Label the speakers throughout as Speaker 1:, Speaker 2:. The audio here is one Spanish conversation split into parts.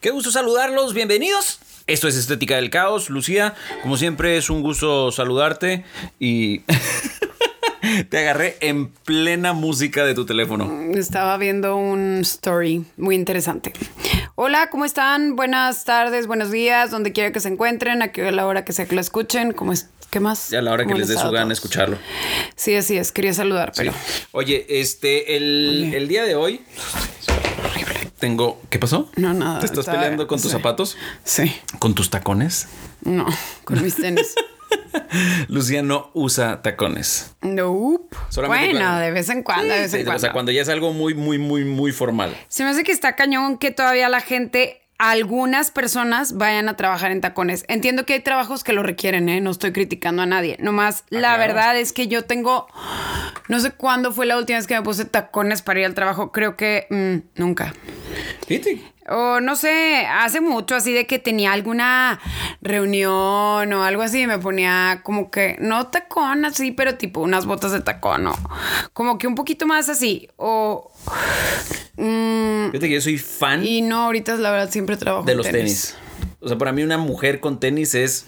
Speaker 1: Qué gusto saludarlos, bienvenidos. Esto es Estética del Caos. Lucía, como siempre es un gusto saludarte y te agarré en plena música de tu teléfono.
Speaker 2: Estaba viendo un story muy interesante. Hola, ¿cómo están? Buenas tardes, buenos días, donde quiera que se encuentren, a que- a la hora que sea que lo escuchen, ¿cómo es? ¿Qué más?
Speaker 1: Y a la hora que
Speaker 2: ¿Cómo
Speaker 1: les dé
Speaker 2: ha
Speaker 1: su
Speaker 2: estado
Speaker 1: gana
Speaker 2: todo?
Speaker 1: escucharlo.
Speaker 2: Sí, así es, quería saludar, pero
Speaker 1: Oye, este, el, el día de hoy tengo... ¿Qué pasó?
Speaker 2: no, nada.
Speaker 1: ¿Te estás
Speaker 2: estaba-
Speaker 1: peleando con tus
Speaker 2: sí.
Speaker 1: zapatos?
Speaker 2: Sí,
Speaker 1: ¿Con tus tacones?
Speaker 2: no, con mis tenis.
Speaker 1: Lucía no usa tacones.
Speaker 2: Nope.
Speaker 1: Solamente
Speaker 2: bueno,
Speaker 1: cuando-
Speaker 2: de vez en cuando, de vez en
Speaker 1: O
Speaker 2: cuando.
Speaker 1: sea, cuando ya es algo muy, muy, muy, muy formal.
Speaker 2: Se me hace que está cañón que todavía la gente, algunas personas vayan a trabajar en tacones. Entiendo que hay trabajos que lo requieren, ¿eh? No estoy criticando a nadie. Nomás, la
Speaker 1: claro.
Speaker 2: verdad es que yo tengo, no sé cuándo fue la última vez que me puse tacones para ir al trabajo. Creo que mm, nunca.
Speaker 1: Fíjate,
Speaker 2: O no sé, hace mucho así de que tenía alguna reunión o algo así, y me ponía como que, no tacón así, pero tipo unas botas de tacón o como que un poquito más así. O... mm,
Speaker 1: fíjate que yo soy fan
Speaker 2: y no, ahorita la verdad siempre trabajo
Speaker 1: de
Speaker 2: en
Speaker 1: los tenis. O sea, para mí una mujer con tenis es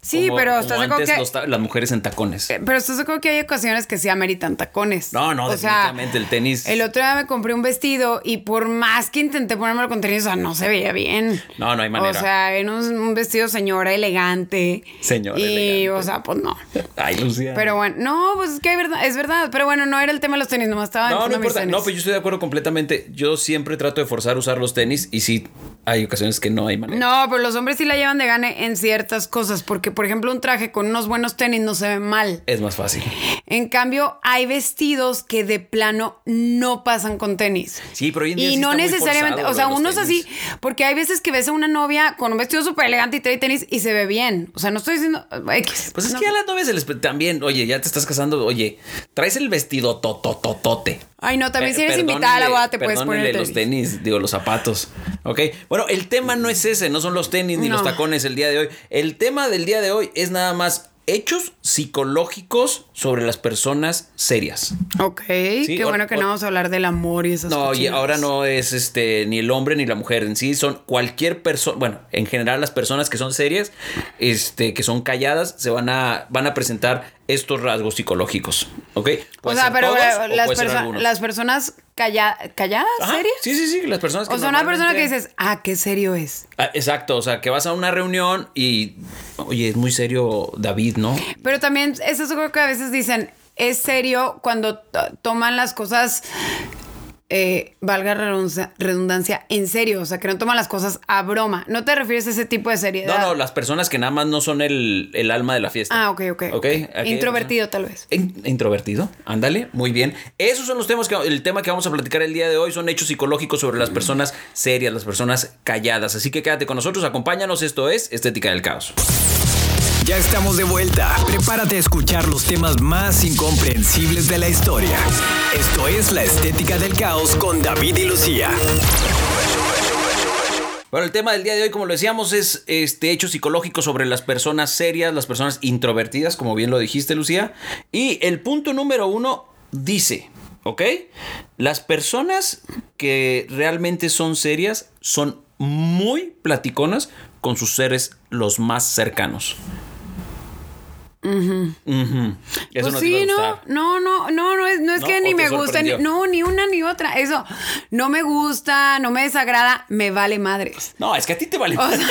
Speaker 2: Sí,
Speaker 1: como-
Speaker 2: pero
Speaker 1: como
Speaker 2: estás de acuerdo
Speaker 1: antes
Speaker 2: que
Speaker 1: los ta- las mujeres en tacones.
Speaker 2: eh, pero estás de acuerdo que hay ocasiones que sí ameritan tacones.
Speaker 1: No, no,
Speaker 2: O sea,
Speaker 1: definitivamente el tenis.
Speaker 2: el otro día me compré un vestido y por más que intenté ponérmelo con tenis, o sea, no se veía bien.
Speaker 1: No, no hay manera.
Speaker 2: O sea, en un, un vestido señora elegante.
Speaker 1: Señora
Speaker 2: Y,
Speaker 1: elegante.
Speaker 2: o sea, pues no.
Speaker 1: Ay, Lucía.
Speaker 2: Pero bueno, no, pues es que es verdad, es verdad. Pero bueno, no era el tema de los tenis, nomás estaba
Speaker 1: no, no
Speaker 2: diciendo mis
Speaker 1: importa.
Speaker 2: tenis.
Speaker 1: No, pues yo estoy de acuerdo completamente. Yo siempre trato de forzar a usar los tenis y sí hay ocasiones que no hay manera.
Speaker 2: No, pero los hombres sí la llevan de gane en ciertas cosas, porque por ejemplo un traje con unos buenos tenis no se ve mal.
Speaker 1: Es más fácil.
Speaker 2: En cambio, hay vestidos que de plano no pasan con tenis.
Speaker 1: Sí, pero hoy en día
Speaker 2: Y
Speaker 1: sí
Speaker 2: no
Speaker 1: está muy
Speaker 2: necesariamente,
Speaker 1: forzado
Speaker 2: o sea,
Speaker 1: lo de los
Speaker 2: unos
Speaker 1: tenis.
Speaker 2: así, porque hay veces que ves a una novia con un vestido súper elegante y trae tenis y se ve bien. O sea, no estoy diciendo eh, X.
Speaker 1: Pues es
Speaker 2: no.
Speaker 1: que a las novias se les también, oye, ya te estás casando, oye, traes el vestido totototote.
Speaker 2: Ay, no, también si eres
Speaker 1: Eh,
Speaker 2: invitada a la
Speaker 1: perdónenle-
Speaker 2: boda te puedes poner
Speaker 1: perdónenle
Speaker 2: tenis.
Speaker 1: los tenis, digo, los zapatos. Ok. Bueno, el tema no es ese, no son los tenis ni
Speaker 2: No.
Speaker 1: los tacones el día de hoy. El tema del día de hoy es nada más hechos psicológicos sobre las personas serias.
Speaker 2: Ok, qué
Speaker 1: o-
Speaker 2: bueno que
Speaker 1: o-
Speaker 2: no vamos a hablar del amor y esas
Speaker 1: No, y
Speaker 2: cochinadas.
Speaker 1: ahora no es este ni el hombre ni la mujer en sí, son cualquier persona, bueno, en general las personas que son serias, este, que son calladas, se van a, van a presentar estos rasgos psicológicos, ¿ok?
Speaker 2: O
Speaker 1: Pueden
Speaker 2: sea,
Speaker 1: ser
Speaker 2: pero
Speaker 1: todos,
Speaker 2: la-
Speaker 1: o
Speaker 2: las,
Speaker 1: puede ser
Speaker 2: perso-
Speaker 1: algunos.
Speaker 2: las personas calla- calladas,
Speaker 1: Ajá,
Speaker 2: ¿serias?
Speaker 1: Sí, sí, sí, las personas que
Speaker 2: O sea, una persona que
Speaker 1: normalmente-
Speaker 2: dices, ah, qué serio es.
Speaker 1: Ah, exacto, o sea, que vas a una reunión y, oye, es muy serio David, ¿no?
Speaker 2: Pero también eso es algo que a veces dicen, es serio cuando to- toman las cosas, eh, valga la redundancia- redundancia, en serio, o sea, que no toman las cosas a broma. ¿No te refieres a ese tipo de seriedad?
Speaker 1: No, no, las personas que nada más no son el, el alma de la fiesta.
Speaker 2: Ah, ok, ok.
Speaker 1: Ok. aquella
Speaker 2: Introvertido tal vez.
Speaker 1: In- introvertido, ándale, muy bien. Esos son los temas que el tema que vamos a platicar el día de hoy son hechos psicológicos sobre las personas serias, las personas calladas. Así que quédate con nosotros, acompáñanos. Esto es Estética del Caos.
Speaker 3: Ya estamos de vuelta. Prepárate a escuchar los temas más incomprensibles de la historia. Esto es La Estética del Caos con David y Lucía.
Speaker 1: Bueno, el tema del día de hoy, como lo decíamos, es este hecho psicológico sobre las personas serias, las personas introvertidas, como bien lo dijiste, Lucía. Y el punto número uno dice, ¿ok? Las personas que realmente son serias son muy platiconas con sus seres los más cercanos. Ujú. Eso
Speaker 2: Pues
Speaker 1: no te iba
Speaker 2: sí,
Speaker 1: a
Speaker 2: no,
Speaker 1: gustar.
Speaker 2: no, no, no, no es, no es
Speaker 1: ¿No?
Speaker 2: que
Speaker 1: ¿O
Speaker 2: ni
Speaker 1: te
Speaker 2: me gusta, ni-
Speaker 1: sorprendió?
Speaker 2: no, ni una ni otra. Eso, no me gusta, no me desagrada, me vale madres.
Speaker 1: No, es que a ti te vale.
Speaker 2: O sea,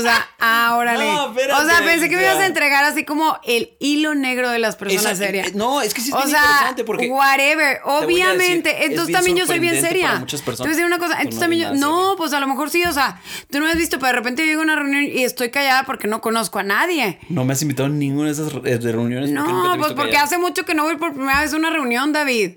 Speaker 2: sea, ah, órale.
Speaker 1: No, espérate,
Speaker 2: o sea, pensé que me
Speaker 1: ya.
Speaker 2: ibas a entregar así como el hilo negro de las personas
Speaker 1: Esa-
Speaker 2: serias.
Speaker 1: no, es que sí es
Speaker 2: o
Speaker 1: bien
Speaker 2: sea,
Speaker 1: interesante porque-
Speaker 2: Whatever,
Speaker 1: voy a decir,
Speaker 2: obviamente.
Speaker 1: es
Speaker 2: entonces
Speaker 1: bien
Speaker 2: también yo soy bien
Speaker 1: sorprendente
Speaker 2: seria.
Speaker 1: para muchas personas.
Speaker 2: Te voy a decir una
Speaker 1: Tú
Speaker 2: cosa.
Speaker 1: no
Speaker 2: Entonces también yo.
Speaker 1: eres nada
Speaker 2: No,
Speaker 1: seria.
Speaker 2: pues a lo mejor sí, o sea, tú no has visto, pero de repente yo llego a una reunión y estoy callada porque no conozco a nadie.
Speaker 1: No me has invitado a ninguna eh, de esas re- de reuniones. porque nunca te
Speaker 2: No,
Speaker 1: he
Speaker 2: pues
Speaker 1: visto
Speaker 2: porque
Speaker 1: callada.
Speaker 2: hace mucho que no voy por primera vez a una reunión, David.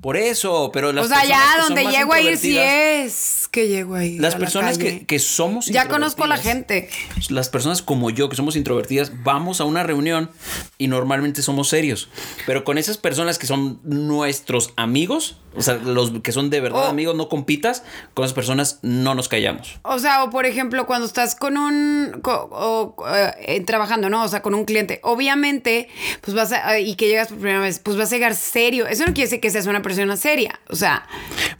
Speaker 1: Por eso, pero las
Speaker 2: o sea,
Speaker 1: personas que
Speaker 2: ya
Speaker 1: son
Speaker 2: donde
Speaker 1: más
Speaker 2: llego a ir, si
Speaker 1: introvertidas-
Speaker 2: es que llego a ir.
Speaker 1: Las
Speaker 2: a la
Speaker 1: personas que,
Speaker 2: calle.
Speaker 1: que somos
Speaker 2: Ya conozco a la
Speaker 1: introvertidas,
Speaker 2: gente.
Speaker 1: Las personas como yo, que somos introvertidas, vamos a una reunión y normalmente somos serios. Pero con esas personas que son nuestros amigos, o sea, los que son de verdad
Speaker 2: Oh.
Speaker 1: amigos, no compitas, con esas personas no nos callamos.
Speaker 2: O sea, o por ejemplo, cuando estás con un. co- o, eh, trabajando, ¿no? O sea, con un cliente. Obviamente, pues vas a. y que llegas por primera vez, pues vas a llegar serio. Eso no quiere decir que seas una persona seria. O sea,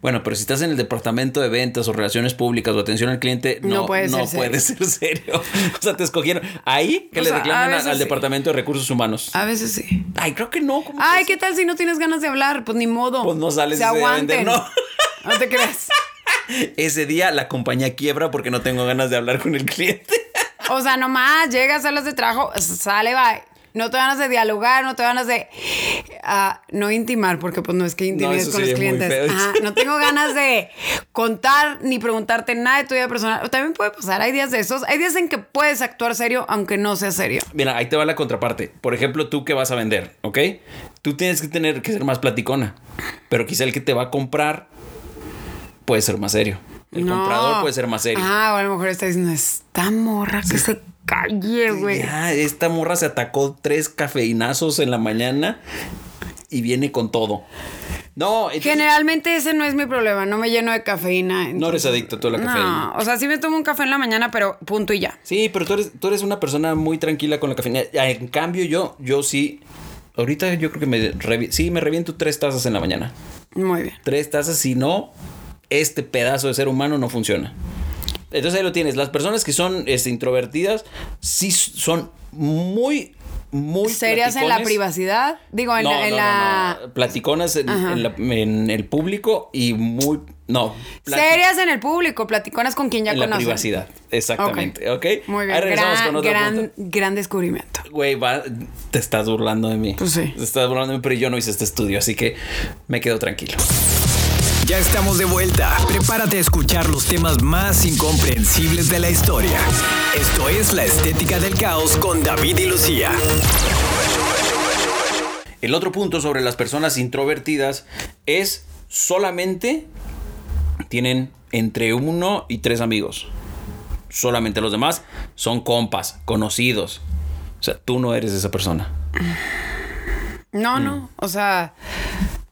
Speaker 1: Bueno, pero si estás en el departamento de ventas o relaciones públicas o atención al cliente, no, no
Speaker 2: No
Speaker 1: puede
Speaker 2: puedes
Speaker 1: ser,
Speaker 2: ser serio.
Speaker 1: serio. O sea, te escogieron. Ahí que
Speaker 2: O
Speaker 1: le
Speaker 2: sea, a
Speaker 1: reclaman a-
Speaker 2: veces
Speaker 1: al
Speaker 2: sí.
Speaker 1: departamento de recursos humanos.
Speaker 2: a veces sí.
Speaker 1: Ay, creo que no. ¿cómo
Speaker 2: Ay,
Speaker 1: crees?
Speaker 2: ¿qué tal si no tienes ganas de hablar? Pues ni modo.
Speaker 1: Pues no sales
Speaker 2: Se
Speaker 1: ese día a
Speaker 2: aguanten.
Speaker 1: vender,
Speaker 2: no.
Speaker 1: ¿no?
Speaker 2: te creas.
Speaker 1: Ese día la compañía quiebra porque no tengo ganas de hablar con el cliente.
Speaker 2: O sea, nomás llegas a las de trabajo, sale, bye. No te ganas de dialogar, no te ganas de ah, no intimar, porque pues no es que intimides
Speaker 1: eso
Speaker 2: con los
Speaker 1: sería muy feo.
Speaker 2: clientes. Ajá, no tengo ganas de contar ni preguntarte nada de tu vida personal. También puede pasar, hay días de esos, hay días en que puedes actuar serio aunque no sea serio.
Speaker 1: Mira, ahí te va la contraparte. Por ejemplo, tú que vas a vender, ¿ok? Tú tienes que tener que ser más platicona. Pero quizá el que te va a comprar puede ser más serio. El
Speaker 2: No.
Speaker 1: comprador puede ser más serio.
Speaker 2: Ah, o a lo mejor está diciendo, esta morra que se calle, güey.
Speaker 1: Ya, esta morra se atacó tres cafeinazos en la mañana y viene con todo. No, eh, entonces-
Speaker 2: Generalmente ese no es mi problema, no me lleno de cafeína.
Speaker 1: no eres adicto tú a la cafeína.
Speaker 2: No, o sea, sí me tomo un café en la mañana, pero punto y ya.
Speaker 1: Sí, pero tú eres, tú eres una persona muy tranquila con la cafeína. Ah, En cambio, yo, yo sí. Ahorita yo creo que me revi- sí, me reviento tres tazas en la mañana.
Speaker 2: Muy bien.
Speaker 1: Tres tazas, si no, este pedazo de ser humano no funciona. Entonces ahí lo tienes. Las personas que son este, introvertidas sí s- son muy, muy.
Speaker 2: ¿Serias en la
Speaker 1: platicones.
Speaker 2: privacidad? Digo, en
Speaker 1: No,
Speaker 2: la... en
Speaker 1: no, no,
Speaker 2: la-
Speaker 1: no. Platiconas en,
Speaker 2: Ajá.
Speaker 1: en la- en el público y muy. No. plati-
Speaker 2: Serias en el público, platiconas con quien ya
Speaker 1: en la
Speaker 2: conocen.
Speaker 1: privacidad. Exactamente. ¿Ok?
Speaker 2: Muy
Speaker 1: Ahí
Speaker 2: bien.
Speaker 1: regresamos
Speaker 2: Gran,
Speaker 1: con otra
Speaker 2: gran-
Speaker 1: pregunta.
Speaker 2: gran descubrimiento.
Speaker 1: Güey, va- te estás burlando de mí.
Speaker 2: Pues sí.
Speaker 1: Te estás burlando de mí, pero yo no hice este estudio, así que me quedo tranquilo.
Speaker 3: Ya estamos de vuelta. Prepárate a escuchar los temas más incomprensibles de la historia. Esto es La Estética del Caos con David y Lucía.
Speaker 1: El otro punto sobre las personas introvertidas es solamente tienen entre uno y tres amigos. Solamente los demás son compas, conocidos. O sea, tú no eres esa persona.
Speaker 2: No,
Speaker 1: Mm.
Speaker 2: no, o sea...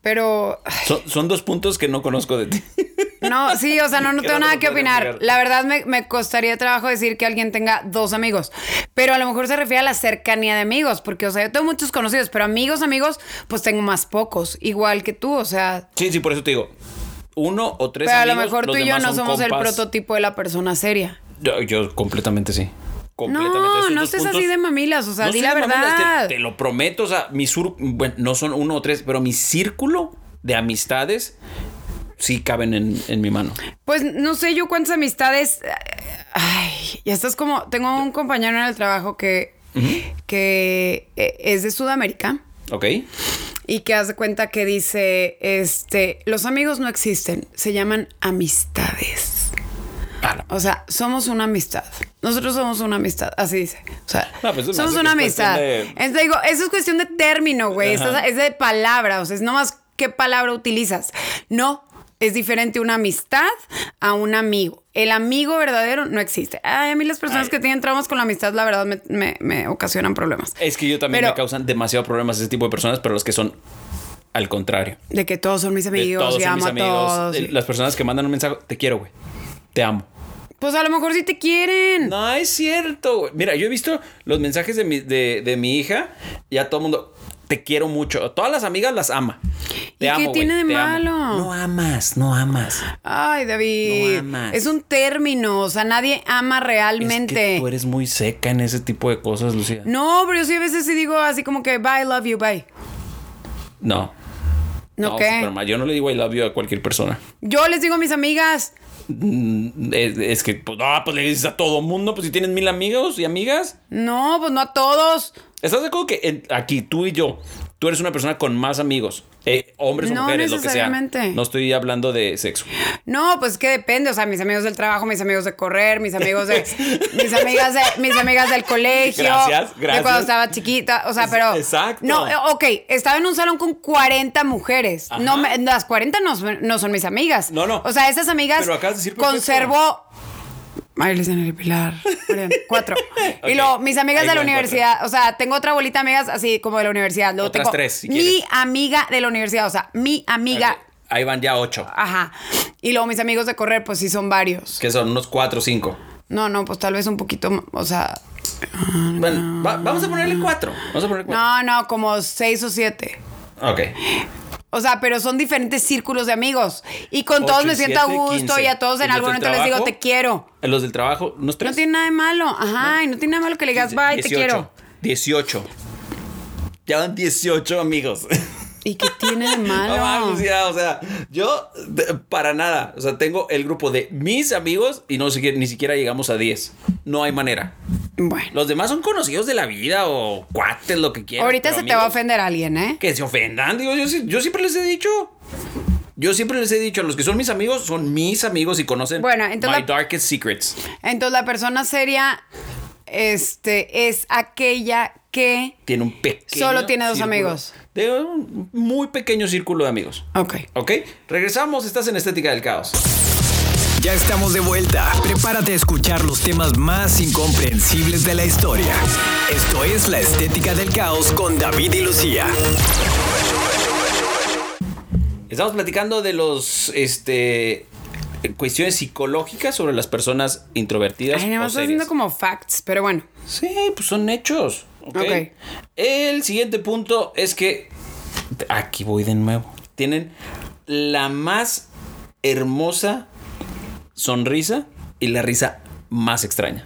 Speaker 2: Pero...
Speaker 1: Son, son dos puntos que no conozco de ti.
Speaker 2: No, sí, o sea, no, no
Speaker 1: Que
Speaker 2: tengo
Speaker 1: no
Speaker 2: nada
Speaker 1: te
Speaker 2: que
Speaker 1: podría
Speaker 2: opinar.
Speaker 1: obligar.
Speaker 2: La verdad me, me costaría trabajo decir que alguien tenga dos amigos, pero a lo mejor se refiere a la cercanía de amigos, porque, o sea, yo tengo muchos conocidos, pero amigos, amigos, pues tengo más pocos, igual que tú, o sea...
Speaker 1: Sí, sí, por eso te digo. Uno o tres
Speaker 2: Pero a lo
Speaker 1: amigos,
Speaker 2: mejor tú
Speaker 1: los
Speaker 2: y yo
Speaker 1: demás
Speaker 2: no
Speaker 1: son
Speaker 2: somos el
Speaker 1: compas.
Speaker 2: prototipo de la persona seria.
Speaker 1: Yo, yo completamente sí. Completamente.
Speaker 2: No,
Speaker 1: Estos
Speaker 2: no
Speaker 1: dos
Speaker 2: estés
Speaker 1: puntos-
Speaker 2: así de mamilas, o sea,
Speaker 1: No
Speaker 2: di
Speaker 1: soy
Speaker 2: la
Speaker 1: de mamilas, te-
Speaker 2: verdad.
Speaker 1: Te, lo prometo, o sea, mi sur, bueno, no son uno o tres, pero mi círculo de amistades sí caben en, en mi mano.
Speaker 2: Pues no sé yo cuántas amistades. Ay, ya estás como. Tengo un compañero en el trabajo que, que eh, es de Sudamérica
Speaker 1: ¿Ok?
Speaker 2: y que hace cuenta que dice: Este, los amigos no existen, se llaman amistades.
Speaker 1: Ah, no.
Speaker 2: O sea, somos una amistad. Nosotros somos una amistad, así dice. O sea,
Speaker 1: No, pues, se me
Speaker 2: somos
Speaker 1: hace
Speaker 2: una
Speaker 1: que es cuestión
Speaker 2: amistad.
Speaker 1: de-
Speaker 2: Entonces digo, eso es cuestión de término, güey. Esto Es, es de palabra, o sea, es nomás qué palabra utilizas. No, es diferente una amistad a un amigo. El amigo verdadero no existe. Ay, a mí las personas
Speaker 1: Ay.
Speaker 2: que tienen traumas con la amistad, la verdad, me, me- me ocasionan problemas.
Speaker 1: Es que yo también
Speaker 2: Pero-
Speaker 1: me causan demasiado problemas ese tipo de personas, pero los que son al contrario.
Speaker 2: De que todos son mis
Speaker 1: De
Speaker 2: amigos,
Speaker 1: todos
Speaker 2: y
Speaker 1: son
Speaker 2: amo
Speaker 1: mis
Speaker 2: a
Speaker 1: amigos.
Speaker 2: todos.
Speaker 1: de- Las personas que mandan un mensaje, te quiero, güey. Te amo.
Speaker 2: Pues a lo mejor sí te quieren.
Speaker 1: No, es cierto. güey. Mira, yo he visto los mensajes de mi, de, de mi hija y a todo el mundo. Te quiero mucho. A Todas las amigas las ama. Te
Speaker 2: ¿Y
Speaker 1: amo,
Speaker 2: qué
Speaker 1: güey,
Speaker 2: tiene de
Speaker 1: te amo.
Speaker 2: malo?
Speaker 1: No amas, no amas.
Speaker 2: Ay,
Speaker 1: No
Speaker 2: David.
Speaker 1: amas.
Speaker 2: es un término, o sea, nadie ama
Speaker 1: Es
Speaker 2: realmente.
Speaker 1: que tú eres muy seca en ese tipo de cosas, Lucía.
Speaker 2: No, pero yo sí a veces sí digo así como que bye, love you, bye.
Speaker 1: No.
Speaker 2: No,
Speaker 1: No,
Speaker 2: ¿qué?
Speaker 1: Superman, yo no le digo I love you a cualquier persona.
Speaker 2: Yo les digo a mis amigas,
Speaker 1: Mm, Es, es que, pues, no, pues le dices a todo mundo, pues si tienes mil amigos y amigas.
Speaker 2: no, pues no a todos.
Speaker 1: ¿Estás de acuerdo que en- aquí tú y yo tú eres una persona con más amigos, eh, hombres
Speaker 2: No
Speaker 1: o mujeres, lo que sea.
Speaker 2: necesariamente.
Speaker 1: No estoy hablando de sexo.
Speaker 2: No, pues que depende, o sea, mis amigos del trabajo, mis amigos de correr, mis amigos de mis amigas de mis amigas del colegio,
Speaker 1: Gracias,
Speaker 2: de
Speaker 1: gracias.
Speaker 2: cuando estaba chiquita, o sea, pero
Speaker 1: exacto.
Speaker 2: No, eh, ok, estaba en un salón con 40 mujeres.
Speaker 1: Ajá.
Speaker 2: No me- las 40 no, son- no son mis amigas.
Speaker 1: No, no.
Speaker 2: O sea, esas amigas
Speaker 1: Pero acabas de decir perfecto.
Speaker 2: conservo Marilis en el Pilar, Mariana, cuatro.
Speaker 1: Ok,
Speaker 2: Y luego, mis amigas
Speaker 1: ahí
Speaker 2: de la
Speaker 1: van cuatro.
Speaker 2: universidad, o sea, tengo otra bolita de amigas así como de la universidad. Luego
Speaker 1: Otras
Speaker 2: tengo
Speaker 1: tres, si
Speaker 2: mi
Speaker 1: quieres.
Speaker 2: amiga de la universidad, o sea, mi amiga.
Speaker 1: Ahí van ya ocho,
Speaker 2: Ajá. Y luego mis amigos de correr, pues sí son varios.
Speaker 1: que son unos cuatro o cinco.
Speaker 2: No, no, pues tal vez un poquito, m- o sea,
Speaker 1: Bueno, va- vamos a ponerle cuatro. Vamos a ponerle cuatro.
Speaker 2: no, no, como seis o siete.
Speaker 1: Ok.
Speaker 2: O sea, pero son diferentes círculos de amigos. Y con
Speaker 1: Ocho
Speaker 2: todos
Speaker 1: y
Speaker 2: me siento a
Speaker 1: siete,
Speaker 2: gusto
Speaker 1: quince.
Speaker 2: y a todos
Speaker 1: ¿Y
Speaker 2: en
Speaker 1: los
Speaker 2: algún
Speaker 1: del
Speaker 2: momento les digo,
Speaker 1: trabajo?
Speaker 2: te quiero.
Speaker 1: Los del trabajo, unos tres.
Speaker 2: No tiene nada de malo. Ajá, y no tiene nada de malo que le digas, bye, te
Speaker 1: 18,
Speaker 2: quiero.
Speaker 1: 18. Ya van 18 amigos.
Speaker 2: ¿Y qué tiene de
Speaker 1: No
Speaker 2: malo?
Speaker 1: mames, ya, o sea, yo de- para nada. O sea, tengo el grupo de mis amigos y no siquiera- ni siquiera llegamos a 10. No hay manera.
Speaker 2: bueno,
Speaker 1: Los demás son conocidos de la vida o cuates, lo que quieran.
Speaker 2: ahorita
Speaker 1: pero
Speaker 2: se te va a
Speaker 1: amigos
Speaker 2: ofender alguien, ¿eh?
Speaker 1: Que se ofendan. Digo, yo, sí- yo siempre les he dicho. Yo siempre les he dicho, los que son mis amigos son mis amigos y conocen
Speaker 2: Bueno, entonces
Speaker 1: My
Speaker 2: la-
Speaker 1: Darkest Secrets.
Speaker 2: Entonces la persona seria este, es aquella que...
Speaker 1: Tiene un pequeño.
Speaker 2: Solo tiene dos
Speaker 1: círculo-
Speaker 2: amigos.
Speaker 1: De un muy pequeño círculo de amigos.
Speaker 2: Ok.
Speaker 1: ¿Ok? Regresamos, estás en Estética del Caos.
Speaker 3: Ya estamos de vuelta. Prepárate a escuchar los temas más incomprensibles de la historia. Esto es La Estética del Caos con David y Lucía.
Speaker 1: Estamos platicando de los, este, cuestiones psicológicas sobre las personas introvertidas.
Speaker 2: Ay, nada
Speaker 1: o
Speaker 2: más estás haciendo
Speaker 1: serias.
Speaker 2: como facts, pero bueno.
Speaker 1: Sí, pues son hechos. ¿ok?
Speaker 2: Ok.
Speaker 1: El siguiente punto es que, aquí voy de nuevo, tienen la más hermosa sonrisa y la risa más extraña.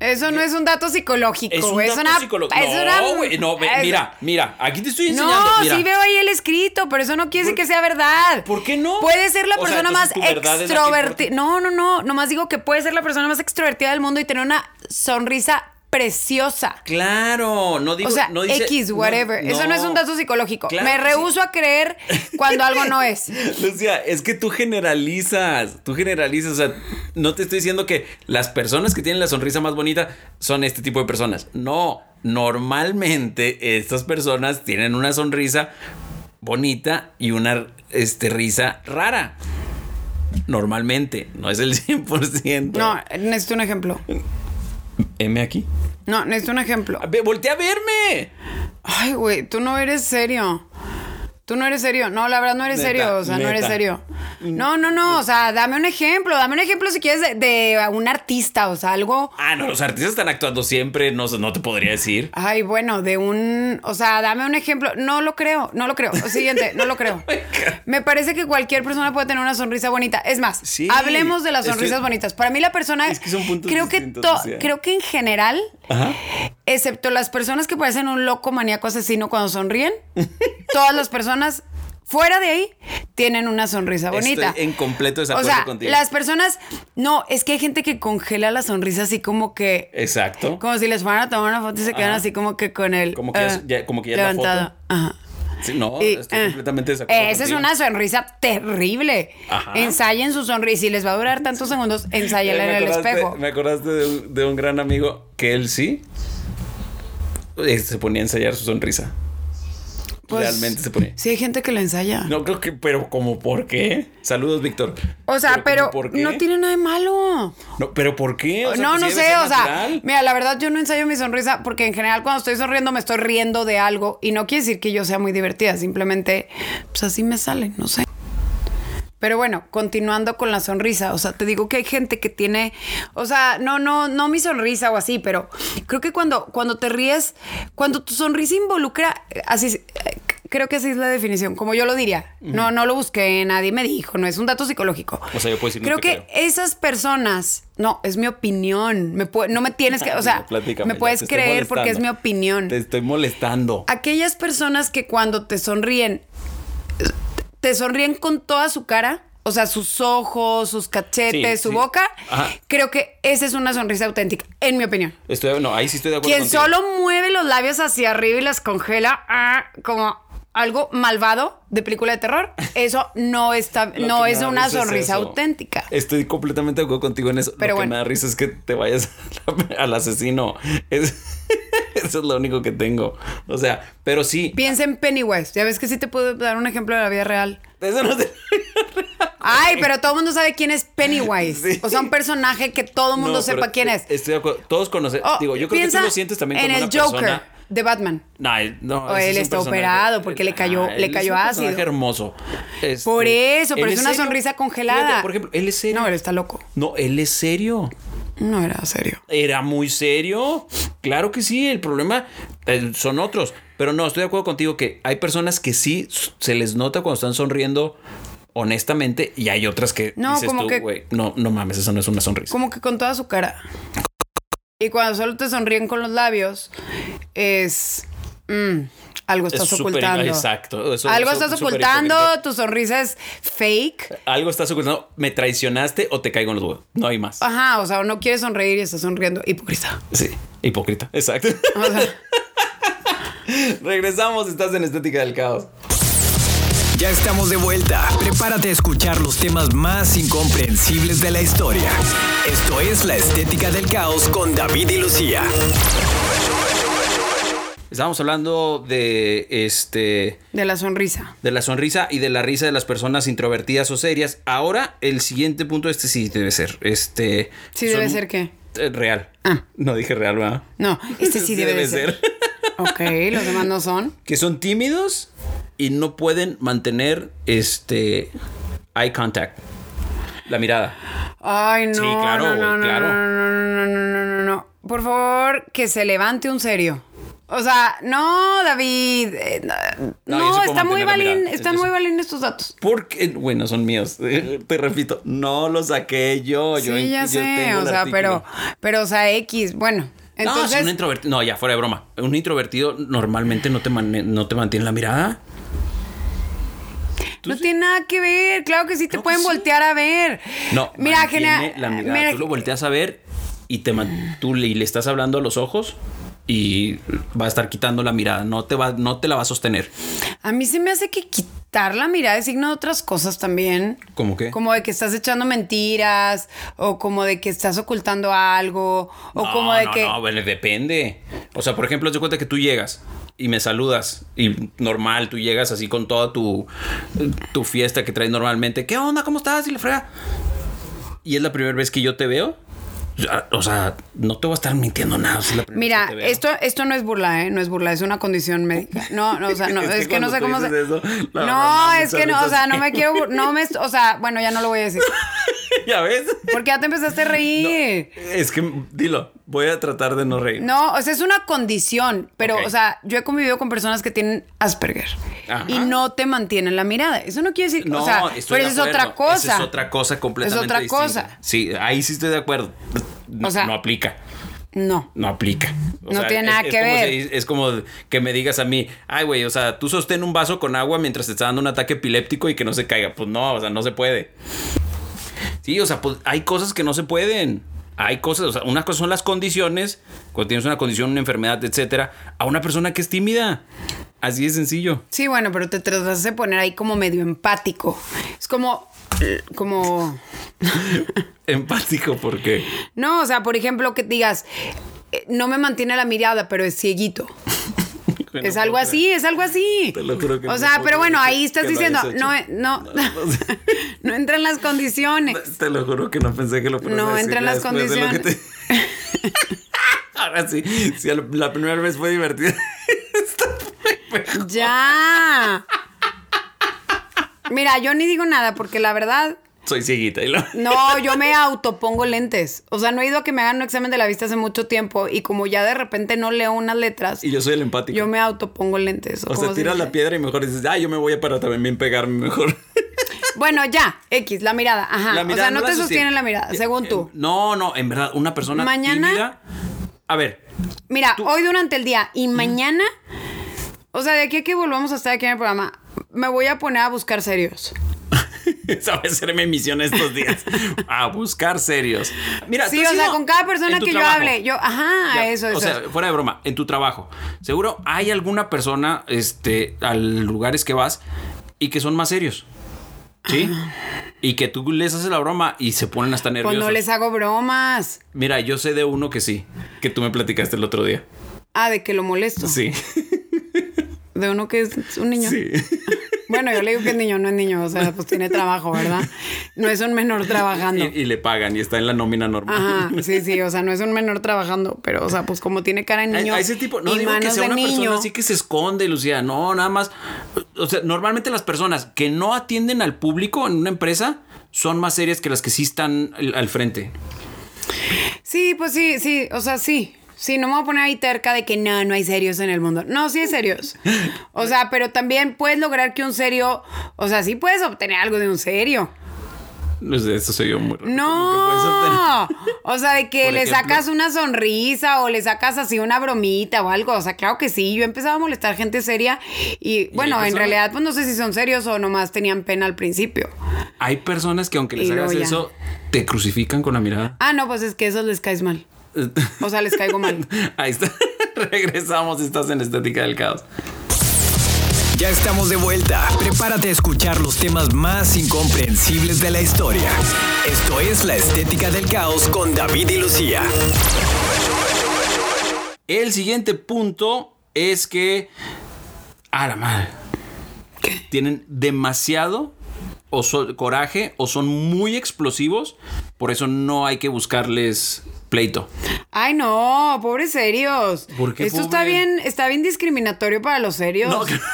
Speaker 2: Eso no es un dato psicológico.
Speaker 1: Eh, Es un
Speaker 2: es
Speaker 1: dato
Speaker 2: una,
Speaker 1: psicolo-
Speaker 2: es una-
Speaker 1: No, güey, no, ve,
Speaker 2: es-
Speaker 1: mira, mira, aquí te estoy enseñando.
Speaker 2: No,
Speaker 1: mira.
Speaker 2: sí veo ahí el escrito, pero eso no quiere decir que sea verdad.
Speaker 1: ¿Por qué no?
Speaker 2: Puede ser la
Speaker 1: O sea,
Speaker 2: persona más
Speaker 1: entonces tu verdad es la que
Speaker 2: extrovertida.
Speaker 1: importa.
Speaker 2: No, no, no. Nomás digo que puede ser la persona más extrovertida del mundo y tener una sonrisa preciosa.
Speaker 1: Claro, no digo.
Speaker 2: o sea,
Speaker 1: no dice-
Speaker 2: X,
Speaker 1: no,
Speaker 2: whatever. Eso no es un dato psicológico.
Speaker 1: Claro
Speaker 2: Me
Speaker 1: que
Speaker 2: rehúso a creer cuando algo no es.
Speaker 1: sí. Lucía, es que tú generalizas, tú generalizas, o sea, no te estoy diciendo que las personas que tienen la sonrisa más bonita son este tipo de personas. No, normalmente estas personas tienen una sonrisa bonita y una este, risa rara. Normalmente, no es el 100%.
Speaker 2: No, necesito un ejemplo.
Speaker 1: M aquí.
Speaker 2: No, necesito un ejemplo.
Speaker 1: A ver, voltea a verme.
Speaker 2: Ay, güey, tú no eres serio. Tú no eres serio. No, la verdad no eres
Speaker 1: Neta,
Speaker 2: serio. O sea, no eres
Speaker 1: neta. Mm.
Speaker 2: serio. No, no, no. O sea, dame un ejemplo. Dame un ejemplo si quieres de, de un artista. O sea, algo.
Speaker 1: Ah, no, los artistas están actuando siempre, no, sé, no te podría decir.
Speaker 2: Ay, bueno, de un. O sea, dame un ejemplo. No lo creo. No lo creo. Siguiente, no lo creo.
Speaker 1: Oh
Speaker 2: Me parece que cualquier persona puede tener una sonrisa bonita. Es más,
Speaker 1: Sí.
Speaker 2: hablemos de las
Speaker 1: Es que-
Speaker 2: sonrisas bonitas. Para mí, la persona.
Speaker 1: Es que son puntos
Speaker 2: creo que
Speaker 1: distintos,
Speaker 2: to-
Speaker 1: Lucía.
Speaker 2: Creo que en general.
Speaker 1: Ajá.
Speaker 2: excepto las personas que parecen un loco maníaco asesino cuando sonríen, todas las personas fuera de ahí tienen una sonrisa
Speaker 1: Estoy
Speaker 2: bonita.
Speaker 1: en completo
Speaker 2: o
Speaker 1: desacuerdo
Speaker 2: sea,
Speaker 1: contigo.
Speaker 2: las personas, no, es que hay gente que congela la sonrisa así como que,
Speaker 1: Exacto.
Speaker 2: como si les fueran a tomar una foto y se quedan
Speaker 1: Ajá.
Speaker 2: así como que con el
Speaker 1: Como que ya-
Speaker 2: ah,
Speaker 1: ya- como que ya es la
Speaker 2: levantado.
Speaker 1: foto.
Speaker 2: Ajá.
Speaker 1: Sí, no,
Speaker 2: Y,
Speaker 1: estoy
Speaker 2: ah,
Speaker 1: completamente desacuerdo.
Speaker 2: Esa es
Speaker 1: contigo.
Speaker 2: una sonrisa terrible.
Speaker 1: Ajá.
Speaker 2: Ensayen su sonrisa. Si les va a durar tantos segundos, ensáyala
Speaker 1: Eh, Me
Speaker 2: en el
Speaker 1: acordaste-
Speaker 2: espejo.
Speaker 1: Me acordaste de un, de un gran amigo que él sí eh, se ponía a ensayar su sonrisa.
Speaker 2: Pues,
Speaker 1: Realmente se ponía.
Speaker 2: Sí, hay gente que la ensaya.
Speaker 1: No creo que, pero como por qué. Saludos, Víctor.
Speaker 2: O sea, pero,
Speaker 1: como ¿por qué?
Speaker 2: no tiene nada de malo.
Speaker 1: No, pero ¿por qué? O sea,
Speaker 2: no,
Speaker 1: pues,
Speaker 2: no
Speaker 1: debe
Speaker 2: sé,
Speaker 1: ser
Speaker 2: o sea,
Speaker 1: natural.
Speaker 2: mira, la verdad yo no ensayo mi sonrisa porque en general cuando estoy sonriendo me estoy riendo de algo y no quiere decir que yo sea muy divertida, simplemente pues así me sale, no sé. Pero bueno, continuando con la sonrisa, o sea, te digo que hay gente que tiene, o sea, no, no, no mi sonrisa o así, pero creo que cuando, cuando te ríes, cuando tu sonrisa involucra, eh, así, es, eh, c- creo que así es la definición, como yo lo diría. No, no lo busqué, nadie me dijo, no es un dato psicológico.
Speaker 1: O sea, yo puedo decir, no
Speaker 2: creo
Speaker 1: te
Speaker 2: que
Speaker 1: creo.
Speaker 2: esas personas, no, es mi opinión. Me pue- no me tienes que, o sea,
Speaker 1: Platícame,
Speaker 2: me
Speaker 1: ya,
Speaker 2: puedes
Speaker 1: te estoy
Speaker 2: creer porque es mi
Speaker 1: molestando.
Speaker 2: opinión.
Speaker 1: Te estoy molestando.
Speaker 2: Aquellas personas que cuando te sonríen, te sonríen con toda su cara. o sea, sus ojos, sus cachetes,
Speaker 1: Sí,
Speaker 2: su
Speaker 1: sí.
Speaker 2: boca,
Speaker 1: Ajá.
Speaker 2: creo que esa es una sonrisa auténtica, en mi opinión.
Speaker 1: Estoy- no, ahí sí estoy de acuerdo.
Speaker 2: Quien
Speaker 1: contigo.
Speaker 2: solo mueve los labios hacia arriba y las congela ah, como algo malvado de película de terror, eso no está,
Speaker 1: Lo
Speaker 2: no
Speaker 1: que
Speaker 2: es
Speaker 1: me da
Speaker 2: una
Speaker 1: risa es
Speaker 2: sonrisa
Speaker 1: eso. Eh,
Speaker 2: auténtica.
Speaker 1: Estoy completamente de acuerdo contigo en eso.
Speaker 2: Pero
Speaker 1: Lo
Speaker 2: bueno.
Speaker 1: que me da risa es que te vayas a la- al asesino. Es- eso es lo único que tengo. O sea, pero sí.
Speaker 2: Piensa en Pennywise, ya ves que sí te puedo dar un ejemplo de la vida real.
Speaker 1: Eso no te-
Speaker 2: Ay, pero todo el mundo sabe quién es Pennywise.
Speaker 1: Sí.
Speaker 2: O sea, un personaje que todo el mundo
Speaker 1: No,
Speaker 2: sepa
Speaker 1: pero
Speaker 2: quién es.
Speaker 1: Estoy de acuerdo. Todos conocemos.
Speaker 2: Oh,
Speaker 1: Digo, yo creo que tú
Speaker 2: piensa
Speaker 1: lo sientes también
Speaker 2: en
Speaker 1: como
Speaker 2: el
Speaker 1: una
Speaker 2: Joker
Speaker 1: persona-
Speaker 2: de Batman.
Speaker 1: No, él- no,
Speaker 2: O
Speaker 1: ese
Speaker 2: él
Speaker 1: es un
Speaker 2: está
Speaker 1: personaje.
Speaker 2: operado porque le cayó-
Speaker 1: Ah,
Speaker 2: le
Speaker 1: él
Speaker 2: cayó
Speaker 1: es un
Speaker 2: ácido.
Speaker 1: personaje hermoso. Este,
Speaker 2: Por eso, pero
Speaker 1: él
Speaker 2: es una
Speaker 1: serio.
Speaker 2: sonrisa congelada.
Speaker 1: Fíjate, por ejemplo, él es serio.
Speaker 2: No, él está loco.
Speaker 1: No, él es serio.
Speaker 2: No era serio.
Speaker 1: Era muy serio. Claro que sí, el problema eh, son otros. Pero no, estoy de acuerdo contigo que hay personas que sí s- se les nota cuando están sonriendo honestamente y hay otras que
Speaker 2: No,
Speaker 1: dices
Speaker 2: como
Speaker 1: tú,
Speaker 2: que-
Speaker 1: güey, no, no mames, esa no es una sonrisa.
Speaker 2: Como que con toda su cara. Y cuando solo te sonríen con los labios, es. mm, algo
Speaker 1: Es
Speaker 2: estás
Speaker 1: súper-
Speaker 2: ocultando.
Speaker 1: exacto, eso-
Speaker 2: algo
Speaker 1: eso-
Speaker 2: estás
Speaker 1: súper
Speaker 2: ocultando,
Speaker 1: hipócrita.
Speaker 2: tu sonrisa es fake.
Speaker 1: Algo estás ocultando, me traicionaste o te caigo en los huevos. No hay más.
Speaker 2: Ajá, o sea, no quieres sonreír y estás sonriendo. Hipócrita.
Speaker 1: Sí, hipócrita. Exacto.
Speaker 2: O sea.
Speaker 1: Regresamos, estás en Estética del Caos.
Speaker 3: Ya estamos de vuelta. Prepárate a escuchar los temas más incomprensibles de la historia. Esto es La Estética del Caos con David y Lucía.
Speaker 1: Estábamos hablando de este
Speaker 2: De la sonrisa.
Speaker 1: de la sonrisa y de la risa de las personas introvertidas o serias. Ahora, el siguiente punto, este sí debe ser. Este.
Speaker 2: Sí, debe ser qué.
Speaker 1: eh, Real.
Speaker 2: Ah.
Speaker 1: No dije real, ¿verdad?
Speaker 2: No, este sí, debe, de ser. Ok, los demás no son.
Speaker 1: que son tímidos y no pueden mantener este eye contact. La mirada.
Speaker 2: Ay, no.
Speaker 1: Sí, claro,
Speaker 2: no, no,
Speaker 1: güey,
Speaker 2: no,
Speaker 1: claro.
Speaker 2: no, no, no, no, no, no, no. Por favor, que se levante un serio. O sea, no, David. eh, no,
Speaker 1: No, yo sí
Speaker 2: no,
Speaker 1: puedo
Speaker 2: está muy
Speaker 1: mantener la
Speaker 2: balín,
Speaker 1: mirada.
Speaker 2: están
Speaker 1: Yo sí.
Speaker 2: muy balín estos datos.
Speaker 1: Porque, bueno, son míos. Te repito, no los saqué yo. yo,
Speaker 2: sí, ya
Speaker 1: yo
Speaker 2: sé,
Speaker 1: tengo
Speaker 2: o
Speaker 1: el
Speaker 2: sea,
Speaker 1: artículo.
Speaker 2: pero, pero, o sea, X, bueno.
Speaker 1: no, si
Speaker 2: Entonces,
Speaker 1: un introvertido. No, ya, fuera de broma. Un introvertido normalmente no te, mane- no te mantiene la mirada.
Speaker 2: no tiene nada que ver. Claro que sí te
Speaker 1: Claro que
Speaker 2: pueden
Speaker 1: sí.
Speaker 2: voltear a ver.
Speaker 1: No,
Speaker 2: mira,
Speaker 1: mantiene
Speaker 2: genera-
Speaker 1: la mirada.
Speaker 2: mira,
Speaker 1: tú lo volteas a ver y te man- tú le, y le estás hablando a los ojos y va a estar quitando la mirada. No te va, no te la va a sostener.
Speaker 2: A mí se me hace que quitar la mirada es signo de otras cosas también.
Speaker 1: ¿Cómo qué?
Speaker 2: Como de que estás echando mentiras, o como de que estás ocultando algo, o
Speaker 1: No,
Speaker 2: como de
Speaker 1: no,
Speaker 2: que.
Speaker 1: No, bueno, depende. O sea, por ejemplo, te cuenta que tú llegas y me saludas y normal, tú llegas así con toda tu, tu fiesta que traes normalmente. ¿Qué onda? ¿Cómo estás? Y la frega. Y es la primera vez que yo te veo. Ya, O sea, no te voy a estar mintiendo nada. si es la primera vez
Speaker 2: Mira,
Speaker 1: que te veo.
Speaker 2: esto, esto no es burla, ¿eh? No es burla, es una condición médica. No, no, o sea, no,
Speaker 1: Es
Speaker 2: es,
Speaker 1: que
Speaker 2: que no
Speaker 1: cuando
Speaker 2: sé
Speaker 1: tú
Speaker 2: cómo
Speaker 1: dices
Speaker 2: se.
Speaker 1: eso, la
Speaker 2: no,
Speaker 1: verdad, no,
Speaker 2: es que no,
Speaker 1: muchas
Speaker 2: o sea,
Speaker 1: veces-
Speaker 2: no me quiero. bur- No me. O sea, bueno, ya no lo voy a decir.
Speaker 1: ¿Ya ves?
Speaker 2: Porque ya te empezaste a reír.
Speaker 1: Es que, dilo, voy a tratar de no reír.
Speaker 2: No, o sea, es una condición, pero,
Speaker 1: Ok.
Speaker 2: o sea, yo he convivido con personas que tienen Asperger
Speaker 1: Ajá.
Speaker 2: y no te mantienen la mirada. Eso no quiere decir, o sea,
Speaker 1: estoy
Speaker 2: pero
Speaker 1: de
Speaker 2: eso es otra
Speaker 1: acuerdo.
Speaker 2: cosa.
Speaker 1: Esa es otra cosa completamente
Speaker 2: otra
Speaker 1: distinta.
Speaker 2: cosa.
Speaker 1: Sí, ahí sí estoy de acuerdo. No,
Speaker 2: O sea-
Speaker 1: no aplica.
Speaker 2: No.
Speaker 1: No aplica.
Speaker 2: No tiene nada que
Speaker 1: como
Speaker 2: ver.
Speaker 1: si- es como que me digas a mí, ay, güey, o sea, tú sostén un vaso con agua mientras te está dando un ataque epiléptico y que no se caiga. Pues no, o sea, no se puede. Sí, o sea, pues hay cosas que no se pueden. Hay cosas, o sea, unas cosas son las condiciones, cuando tienes una condición, una enfermedad, etcétera, a una persona que es tímida. Así de sencillo.
Speaker 2: Sí, bueno, pero te tratas de poner ahí como medio empático. Es como, como,
Speaker 1: Empático, porque.
Speaker 2: no, o sea, por ejemplo, que digas, eh, no me mantiene la mirada, pero es cieguito. es algo así, es algo así.
Speaker 1: Te lo juro que
Speaker 2: o
Speaker 1: no
Speaker 2: sea,
Speaker 1: puedo
Speaker 2: pero bueno,
Speaker 1: creer
Speaker 2: ahí
Speaker 1: que-
Speaker 2: estás
Speaker 1: que lo
Speaker 2: diciendo,
Speaker 1: hayas hecho.
Speaker 2: no, eh, no, no, entra en las condiciones.
Speaker 1: Te lo juro que no pensé que lo fueras
Speaker 2: No,
Speaker 1: a decir
Speaker 2: entra en
Speaker 1: ya
Speaker 2: las
Speaker 1: después de lo que
Speaker 2: condiciones.
Speaker 1: te- Ahora sí, si al- la primera vez fue divertida.
Speaker 2: Ya. Mira, yo ni digo nada porque la verdad,
Speaker 1: Soy cieguita. Y lo...
Speaker 2: no, yo me autopongo lentes. O sea, no he ido a que me hagan un examen de la vista hace mucho tiempo y como ya de repente no leo unas letras,
Speaker 1: Y yo soy el empático.
Speaker 2: yo me autopongo lentes.
Speaker 1: O
Speaker 2: ¿cómo
Speaker 1: sea,
Speaker 2: se
Speaker 1: tiras
Speaker 2: dice?
Speaker 1: la piedra y mejor dices, ah, yo me voy a parar también pegarme mejor.
Speaker 2: Bueno, ya, X, la mirada. Ajá.
Speaker 1: La
Speaker 2: o sea,
Speaker 1: mirada
Speaker 2: no,
Speaker 1: la
Speaker 2: te sostiene
Speaker 1: sostiene.
Speaker 2: la mirada,
Speaker 1: Eh,
Speaker 2: según
Speaker 1: eh,
Speaker 2: tú.
Speaker 1: No, no, en verdad, una persona
Speaker 2: Mañana-
Speaker 1: tímida. A ver,
Speaker 2: Mira, hoy durante el día y mañana, o sea, de aquí a que volvamos a estar aquí en el programa, me voy a poner a buscar serios.
Speaker 1: Esa va a ser mi misión estos días. A buscar serios. Mira, tú
Speaker 2: Sí,
Speaker 1: has
Speaker 2: o sea,
Speaker 1: ido
Speaker 2: con cada
Speaker 1: en
Speaker 2: persona
Speaker 1: tu
Speaker 2: que
Speaker 1: trabajo.
Speaker 2: yo hable, yo, ajá,
Speaker 1: Ya,
Speaker 2: Ah, eso, Pues eso.
Speaker 1: O sea, fuera de broma, en tu trabajo, seguro hay alguna persona este, a lugares que vas y que son más serios. ¿Sí? Y que tú les haces la broma y se ponen hasta
Speaker 2: Ah. pues
Speaker 1: nerviosos.
Speaker 2: no les hago bromas.
Speaker 1: Mira, yo sé de uno que sí, que tú me platicaste el otro día.
Speaker 2: Ah, de que lo molesto.
Speaker 1: Sí,
Speaker 2: De uno que es un niño.
Speaker 1: sí.
Speaker 2: Bueno, yo le digo que es niño, no es niño, o sea, pues tiene trabajo, ¿verdad? No es un menor
Speaker 1: Y,
Speaker 2: trabajando.
Speaker 1: y le pagan y está en la nómina normal.
Speaker 2: Ah, Ajá, sí, sí, o sea, no es un menor trabajando, pero, o sea, pues como tiene cara de
Speaker 1: A-
Speaker 2: niño
Speaker 1: A ese tipo, no
Speaker 2: y
Speaker 1: digo que
Speaker 2: manos
Speaker 1: sea
Speaker 2: de
Speaker 1: una
Speaker 2: niño,
Speaker 1: persona así que se esconde, Lucía. No, nada más. O sea, normalmente las personas que no atienden al público en una empresa son más serias que las que sí están al, al frente.
Speaker 2: Sí, pues sí, sí, o sea, sí. Sí, no me voy a poner ahí terca de que no, no hay serios en el mundo. No, sí hay serios. O sea, pero también puedes lograr que un serio, o sea, sí puedes obtener algo de un serio.
Speaker 1: No sé, eso soy yo muy raro, como que puedes obtener-
Speaker 2: No. O sea, de que
Speaker 1: Por
Speaker 2: le
Speaker 1: ejemplo.
Speaker 2: sacas una sonrisa o le sacas así una bromita o algo. O sea, claro que sí. Yo empezaba a molestar gente seria y bueno, en
Speaker 1: personas-
Speaker 2: realidad pues no sé si son serios o nomás tenían pena al principio.
Speaker 1: Hay personas que aunque les
Speaker 2: Y luego
Speaker 1: hagas
Speaker 2: ya.
Speaker 1: eso, te crucifican con la mirada.
Speaker 2: Ah, no, pues es que a esos les caes mal. O sea, les caigo mal.
Speaker 1: Ahí está. Regresamos, estás en Estética del Caos.
Speaker 3: Ya estamos de vuelta. Prepárate a escuchar los temas más incomprensibles de la historia. Esto es La Estética del Caos con David y Lucía.
Speaker 1: El siguiente punto es que. A la madre. Tienen demasiado o so- coraje o son muy explosivos. Por eso no hay que buscarles pleito.
Speaker 2: Ay, no, pobres serios.
Speaker 1: ¿Por qué
Speaker 2: Esto
Speaker 1: pobre?
Speaker 2: está bien, está bien discriminatorio para los serios.
Speaker 1: No, que-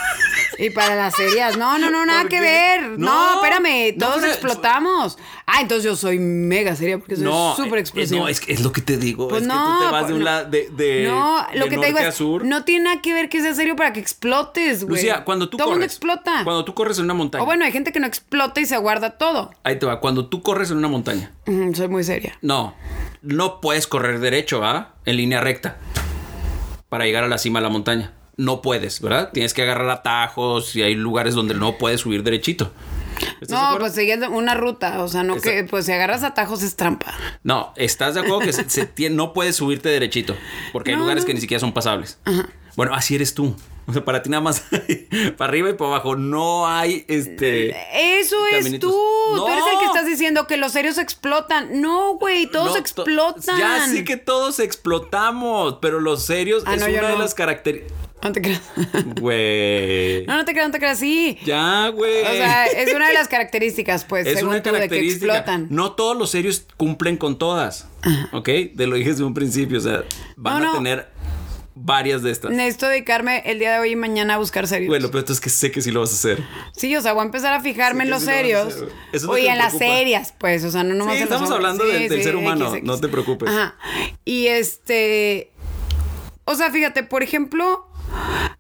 Speaker 2: Y para las serias. No, no, no, nada
Speaker 1: ¿Por
Speaker 2: que
Speaker 1: qué?
Speaker 2: ver. No,
Speaker 1: No,
Speaker 2: espérame,
Speaker 1: no, pues, eh,
Speaker 2: todos
Speaker 1: pero-
Speaker 2: explotamos. Ah, entonces yo soy mega seria porque soy
Speaker 1: No,
Speaker 2: súper
Speaker 1: eh,
Speaker 2: explosiva.
Speaker 1: No, es, que es lo que te digo.
Speaker 2: Pues
Speaker 1: es
Speaker 2: no,
Speaker 1: que tú te vas
Speaker 2: pues
Speaker 1: de un
Speaker 2: no.
Speaker 1: lado de, de-
Speaker 2: No, lo
Speaker 1: de
Speaker 2: que te digo
Speaker 1: norte a
Speaker 2: es,
Speaker 1: sur.
Speaker 2: no tiene nada que ver que sea serio para que explotes, güey.
Speaker 1: Lucía, cuando tú
Speaker 2: Todo
Speaker 1: corres.
Speaker 2: mundo explota.
Speaker 1: Cuando tú corres en una montaña.
Speaker 2: O bueno, hay gente que no explota y se guarda todo.
Speaker 1: Ahí te va. Cuando tú corres en una montaña.
Speaker 2: Mm, soy muy seria.
Speaker 1: No, no puedes correr derecho, ¿ah? En línea recta. Para llegar a la cima de la montaña. No puedes, ¿verdad? Tienes que agarrar atajos y hay lugares donde no puedes subir derechito. ¿Estás de
Speaker 2: No,
Speaker 1: acuerdo?
Speaker 2: pues siguiendo una ruta, o sea, no
Speaker 1: Esa-
Speaker 2: que, pues si agarras atajos es trampa.
Speaker 1: No, estás de acuerdo que se- se tie- no puedes subirte derechito. Porque hay
Speaker 2: No,
Speaker 1: lugares
Speaker 2: no.
Speaker 1: que ni siquiera son pasables. Bueno, así eres tú. O sea, para ti nada más hay para arriba y para abajo. No hay
Speaker 2: Eh,
Speaker 1: este.
Speaker 2: Eso es
Speaker 1: Caminitos.
Speaker 2: tú. Tú eres el que
Speaker 1: No.
Speaker 2: estás diciendo que los serios explotan. No, güey, todos
Speaker 1: No, to-
Speaker 2: explotan.
Speaker 1: Ya sí que todos explotamos, pero los serios
Speaker 2: Ah,
Speaker 1: es
Speaker 2: no, yo
Speaker 1: una de
Speaker 2: no.
Speaker 1: las características.
Speaker 2: No te creas.
Speaker 1: Güey.
Speaker 2: No, no te creas, no te creas, sí.
Speaker 1: Ya, güey.
Speaker 2: O sea, es una de las características, pues,
Speaker 1: Es
Speaker 2: según
Speaker 1: una
Speaker 2: tú, de que
Speaker 1: característica.
Speaker 2: explotan.
Speaker 1: No todos los serios cumplen con todas. ¿Ok? Te lo dije desde un principio. O sea, van
Speaker 2: No,
Speaker 1: a
Speaker 2: no.
Speaker 1: tener varias de estas.
Speaker 2: Necesito dedicarme el día de hoy y mañana a buscar serios.
Speaker 1: Bueno, pero esto es que sé que sí lo vas a hacer.
Speaker 2: Sí, o sea, voy a empezar a fijarme
Speaker 1: Sí,
Speaker 2: en
Speaker 1: que
Speaker 2: los
Speaker 1: sí lo vas a
Speaker 2: serios.
Speaker 1: hacer. Eso es lo
Speaker 2: Oye,
Speaker 1: que me
Speaker 2: en las
Speaker 1: preocupa.
Speaker 2: serias, pues, o sea, no nomás
Speaker 1: Sí,
Speaker 2: en los
Speaker 1: estamos
Speaker 2: hombres.
Speaker 1: hablando del- del ser humano, no te preocupes.
Speaker 2: Ajá. Y este o sea, fíjate, por ejemplo,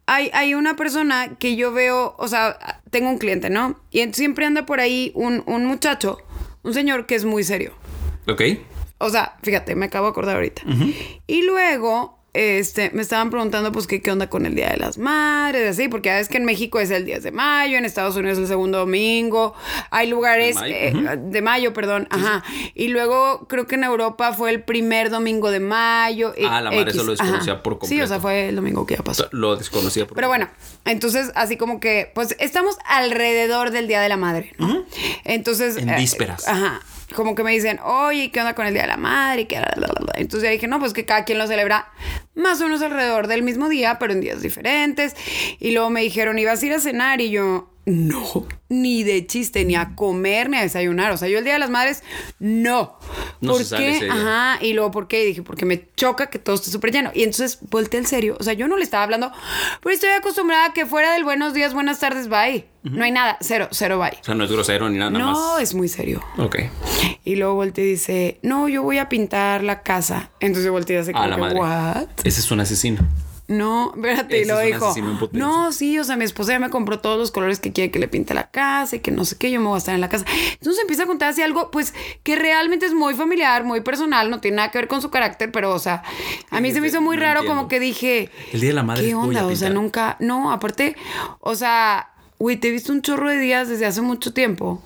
Speaker 2: hay, hay una persona que yo veo, o sea, tengo un cliente, ¿no? Y en- siempre anda por ahí un, un muchacho, un señor que es muy serio.
Speaker 1: ¿Ok?
Speaker 2: O sea, fíjate, me acabo de acordar ahorita. Y luego, este, me estaban preguntando, pues, que qué onda con el Día de las Madres, así, porque ya ves que en México es el 10 de mayo, en Estados Unidos es el segundo domingo, hay lugares
Speaker 1: De
Speaker 2: eh,
Speaker 1: mayo,
Speaker 2: de mayo, perdón, ajá. Y luego creo que en Europa fue el primer domingo de mayo. y
Speaker 1: Ah, la madre,
Speaker 2: X,
Speaker 1: eso lo desconocía
Speaker 2: ajá.
Speaker 1: por
Speaker 2: Sí,
Speaker 1: completo.
Speaker 2: o sea, fue el domingo que ya
Speaker 1: O
Speaker 2: pasó.
Speaker 1: sea, Lo desconocía. por
Speaker 2: Pero bueno,
Speaker 1: completo.
Speaker 2: entonces así como que, pues estamos alrededor del Día de la Madre, ¿no? Entonces...
Speaker 1: En
Speaker 2: eh,
Speaker 1: vísperas.
Speaker 2: ajá. Como que me dicen, oye, ¿qué onda con el Día de la Madre? Y que la, la, la, la. Entonces ya dije, no, pues que cada quien lo celebra más o menos alrededor del mismo día, pero en días diferentes. Y luego me dijeron, ¿ibas a ir a cenar? Y yo, no, ni de chiste, ni a comer, ni a desayunar. O sea, yo el Día de las Madres, no.
Speaker 1: No se
Speaker 2: ¿Por
Speaker 1: sale ese
Speaker 2: qué?
Speaker 1: día.
Speaker 2: Ajá. Ah, y luego, ¿por qué? Y dije, porque me choca que todo esté súper lleno. Y entonces volteé en serio. O sea, yo no le estaba hablando, pero estoy acostumbrada a que fuera del buenos días, buenas tardes, bye. No hay nada, cero, cero, bye.
Speaker 1: O sea, no es grosero ni nada más.
Speaker 2: No, es muy serio.
Speaker 1: Ok.
Speaker 2: Y luego volteé y dice, no, yo voy a pintar la casa. Entonces volteé así
Speaker 1: A
Speaker 2: como
Speaker 1: la
Speaker 2: que,
Speaker 1: madre.
Speaker 2: ¿what?
Speaker 1: Ese es un asesino.
Speaker 2: No, espérate, y
Speaker 1: Ese
Speaker 2: luego
Speaker 1: es un
Speaker 2: dijo,
Speaker 1: asesino en potencia.
Speaker 2: no, sí, o sea, mi esposa ya me compró todos los colores que quiere que le pinte la casa y que no sé qué, yo me voy a estar en la casa. Entonces empieza a contar así algo, pues, que realmente es muy familiar, muy personal, no tiene nada que ver con su carácter, pero, o sea, a mí se me hizo muy
Speaker 1: no
Speaker 2: raro
Speaker 1: entiendo.
Speaker 2: como que dije,
Speaker 1: El Día de la Madre
Speaker 2: ¿qué
Speaker 1: voy a
Speaker 2: onda? O sea,
Speaker 1: pintar.
Speaker 2: nunca, no, aparte, o sea, güey, te he visto un chorro de días desde hace mucho tiempo.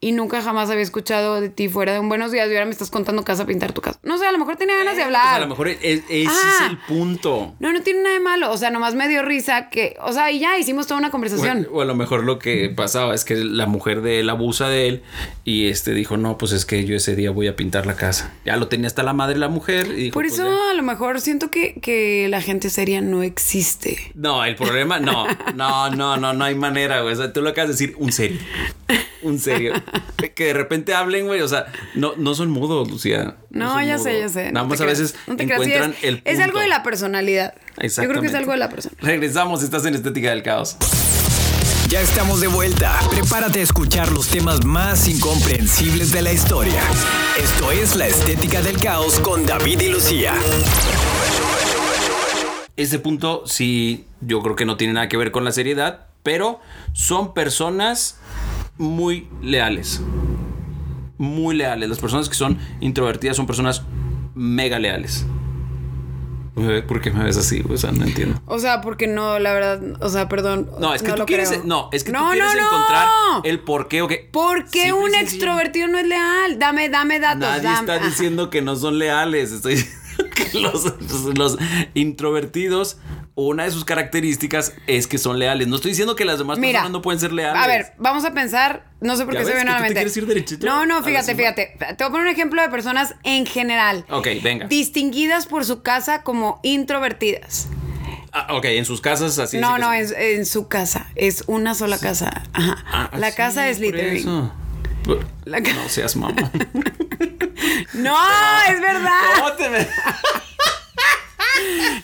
Speaker 2: y nunca jamás había escuchado de ti fuera de un buenos días y ahora me estás contando que vas a pintar tu casa. No sé, a lo mejor tenía ganas de hablar.
Speaker 1: Pues a lo mejor es- es- ese
Speaker 2: Ah.
Speaker 1: es el punto.
Speaker 2: No, no tiene nada de malo. O sea, nomás me dio risa que, o sea, y ya hicimos toda una conversación.
Speaker 1: O, o a lo mejor lo que pasaba es que la mujer de él abusa de él y este dijo, no, pues es que yo ese día voy a pintar la casa. Ya lo tenía hasta la madre la mujer y dijo,
Speaker 2: Por
Speaker 1: "Pues
Speaker 2: eso
Speaker 1: ya".
Speaker 2: a lo mejor siento que, que la gente seria no existe.
Speaker 1: No, el problema, no, no, no, no, no hay manera, güey. O sea, tú lo acabas de decir, un serio. Un serio. Que de repente hablen, güey. O sea, no, no son mudos, Lucía.
Speaker 2: No,
Speaker 1: son
Speaker 2: ya
Speaker 1: mudos.
Speaker 2: sé, ya sé.
Speaker 1: Nada
Speaker 2: No
Speaker 1: más
Speaker 2: te
Speaker 1: a
Speaker 2: creas.
Speaker 1: veces
Speaker 2: No te creas, sí
Speaker 1: encuentran
Speaker 2: es,
Speaker 1: el punto.
Speaker 2: Es algo de la personalidad. Yo creo que es
Speaker 1: Exactamente.
Speaker 2: algo de la persona.
Speaker 1: Regresamos, estás en Estética del Caos.
Speaker 3: Ya estamos de vuelta. Prepárate a escuchar los temas más incomprensibles de la historia. Esto es La Estética del Caos con David y Lucía.
Speaker 1: Este punto sí, yo creo que no tiene nada que ver con la seriedad, pero son personas muy leales. Muy leales. Las personas que son introvertidas son personas mega leales. Güey, ¿Por qué me ves así? O sea, no entiendo.
Speaker 2: O sea, porque no, la verdad, o sea, perdón.
Speaker 1: No, es que tú
Speaker 2: lo
Speaker 1: quieres,
Speaker 2: creo.
Speaker 1: no, es que tú
Speaker 2: No,
Speaker 1: quieres
Speaker 2: no, no.
Speaker 1: encontrar el por qué o qué.
Speaker 2: ¿Por qué
Speaker 1: Simple y
Speaker 2: un
Speaker 1: sencillo.
Speaker 2: extrovertido no es leal? Dame, dame datos.
Speaker 1: Nadie
Speaker 2: dame-
Speaker 1: está
Speaker 2: ajá.
Speaker 1: diciendo que no son leales. Estoy diciendo que los, los introvertidos, una de sus características es que son leales. No estoy diciendo que las demás
Speaker 2: Mira,
Speaker 1: personas no pueden ser leales.
Speaker 2: A ver, vamos a pensar. No sé por
Speaker 1: Ya
Speaker 2: qué se
Speaker 1: ves
Speaker 2: viene
Speaker 1: que
Speaker 2: a la
Speaker 1: tú te
Speaker 2: mente.
Speaker 1: quieres ir derechito
Speaker 2: no,
Speaker 1: a
Speaker 2: no,
Speaker 1: la
Speaker 2: fíjate,
Speaker 1: cima.
Speaker 2: fíjate. Te voy a poner un ejemplo de personas en general.
Speaker 1: Ok, venga.
Speaker 2: Distinguidas por su casa como introvertidas.
Speaker 1: Ah, ok, en sus casas así.
Speaker 2: no,
Speaker 1: sí que
Speaker 2: no,
Speaker 1: sí.
Speaker 2: es en su casa. Es una sola casa. Ajá.
Speaker 1: Ah,
Speaker 2: la
Speaker 1: sí,
Speaker 2: casa es
Speaker 1: por
Speaker 2: littering.
Speaker 1: eso. Por-
Speaker 2: La ca-
Speaker 1: No seas mamá.
Speaker 2: No, es verdad.
Speaker 1: ¿Cómo te me...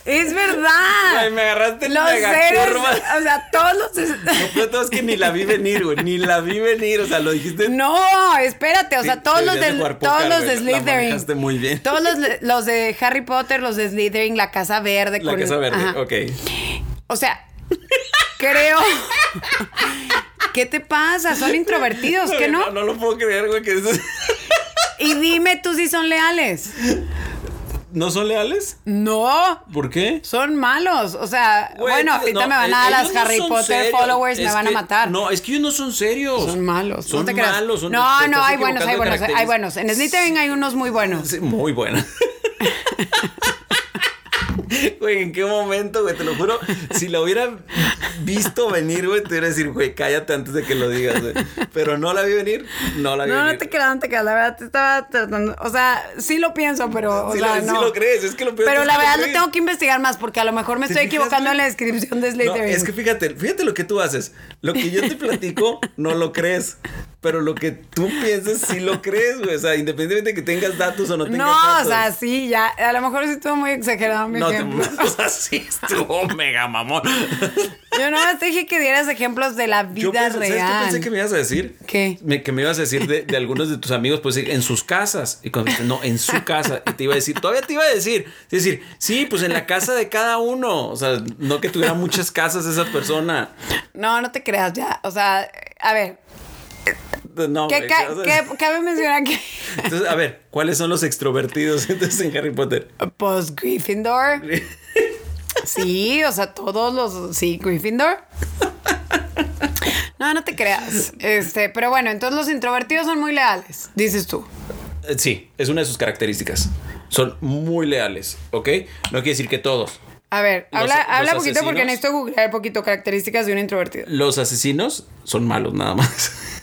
Speaker 2: Es verdad.
Speaker 1: Ay, me agarraste en
Speaker 2: los
Speaker 1: mega
Speaker 2: seres,
Speaker 1: curva.
Speaker 2: O sea, todos los.
Speaker 1: Lo peor es que ni la vi venir, güey. Ni la vi venir. O sea, lo dijiste.
Speaker 2: No, espérate, o sea,
Speaker 1: Sí,
Speaker 2: todos los
Speaker 1: deberías
Speaker 2: de,
Speaker 1: de jugar
Speaker 2: todos
Speaker 1: póker,
Speaker 2: los de
Speaker 1: güey, la
Speaker 2: Slytherin.
Speaker 1: manejaste muy bien.
Speaker 2: Todos los, de- los de Harry Potter, los de Slytherin, la Casa Verde.
Speaker 1: La
Speaker 2: con-
Speaker 1: casa verde.
Speaker 2: ajá.
Speaker 1: Ok.
Speaker 2: O sea, creo. ¿Qué te pasa? Son introvertidos, ¿qué Pues no?
Speaker 1: No, lo puedo creer, güey. Que eso-
Speaker 2: Y dime tú si son leales.
Speaker 1: ¿No son leales?
Speaker 2: No,
Speaker 1: ¿Por qué?
Speaker 2: son malos. O sea,
Speaker 1: Güey,
Speaker 2: bueno,
Speaker 1: entonces,
Speaker 2: ahorita
Speaker 1: no,
Speaker 2: me van a
Speaker 1: eh,
Speaker 2: dar las
Speaker 1: ellos no
Speaker 2: Harry
Speaker 1: son
Speaker 2: Potter
Speaker 1: serios.
Speaker 2: followers, me
Speaker 1: Es
Speaker 2: van a
Speaker 1: que-
Speaker 2: matar.
Speaker 1: No, es que ellos no son serios.
Speaker 2: Son malos.
Speaker 1: Son
Speaker 2: no te creas.
Speaker 1: malos. son- te
Speaker 2: no,
Speaker 1: estás
Speaker 2: no, hay buenos, hay
Speaker 1: equivocando
Speaker 2: buenos,
Speaker 1: de
Speaker 2: hay buenos. En Slytherin hay unos muy buenos.
Speaker 1: Sí, muy buena. Güey, ¿en qué momento, güey? Te lo juro, si la hubiera visto venir, güey, te hubiera decir, güey, cállate antes de que lo digas, güey. Pero no la vi venir, no la vi
Speaker 2: No,
Speaker 1: venir.
Speaker 2: no te creas, no te creas. La verdad, te estaba tratando. O sea, sí lo pienso, pero. O
Speaker 1: Sí
Speaker 2: sea,
Speaker 1: lo- sí
Speaker 2: no.
Speaker 1: lo crees, es que lo peor
Speaker 2: Pero
Speaker 1: es
Speaker 2: la
Speaker 1: que lo
Speaker 2: verdad, lo
Speaker 1: crees.
Speaker 2: tengo que investigar más porque a lo mejor me
Speaker 1: ¿Te
Speaker 2: estoy
Speaker 1: fijas,
Speaker 2: equivocando
Speaker 1: güey?
Speaker 2: en la descripción de este
Speaker 1: No,
Speaker 2: Slytherin.
Speaker 1: es que fíjate, fíjate lo que tú haces. Lo que yo te platico, no lo crees. Pero lo que tú pienses, sí lo crees, güey. O sea, independientemente de que tengas datos o no tengas
Speaker 2: No,
Speaker 1: datos.
Speaker 2: o sea, sí, ya. A lo mejor sí estuvo muy exagerado mi
Speaker 1: no, te,
Speaker 2: ejemplo.
Speaker 1: o sea, sí estuvo mega mamón.
Speaker 2: Yo nada más te dije que dieras ejemplos de la vida
Speaker 1: Yo pensé, ¿sabes qué
Speaker 2: real.
Speaker 1: pensé que me ibas a decir?
Speaker 2: ¿Qué?
Speaker 1: Me- que me ibas a decir de, de algunos de tus amigos, pues en sus casas. Y cuando dijiste, no, en su casa. Y te iba a decir, todavía te iba a decir. Es decir, sí, pues en la casa de cada uno. O sea, no que tuviera muchas casas esa persona.
Speaker 2: No, no te creas, ya. O sea, a ver.
Speaker 1: No,
Speaker 2: ¿qué,
Speaker 1: güey,
Speaker 2: ca-
Speaker 1: o sea,
Speaker 2: qué- cabe mencionar que.
Speaker 1: Entonces, a ver, ¿cuáles son los extrovertidos entonces en Harry Potter?
Speaker 2: Pues Gryffindor. Sí, o sea, todos los. Sí, Gryffindor. No, no te creas. Este, pero bueno, entonces los introvertidos son muy leales, dices tú.
Speaker 1: Eh, Sí, es una de sus características. Son muy leales, ¿ok? No quiere decir que todos.
Speaker 2: A ver,
Speaker 1: Los-
Speaker 2: habla,
Speaker 1: los
Speaker 2: habla poquito porque
Speaker 1: asesinos.
Speaker 2: necesito googlear poquito características de un introvertido.
Speaker 1: Los asesinos son malos nada más.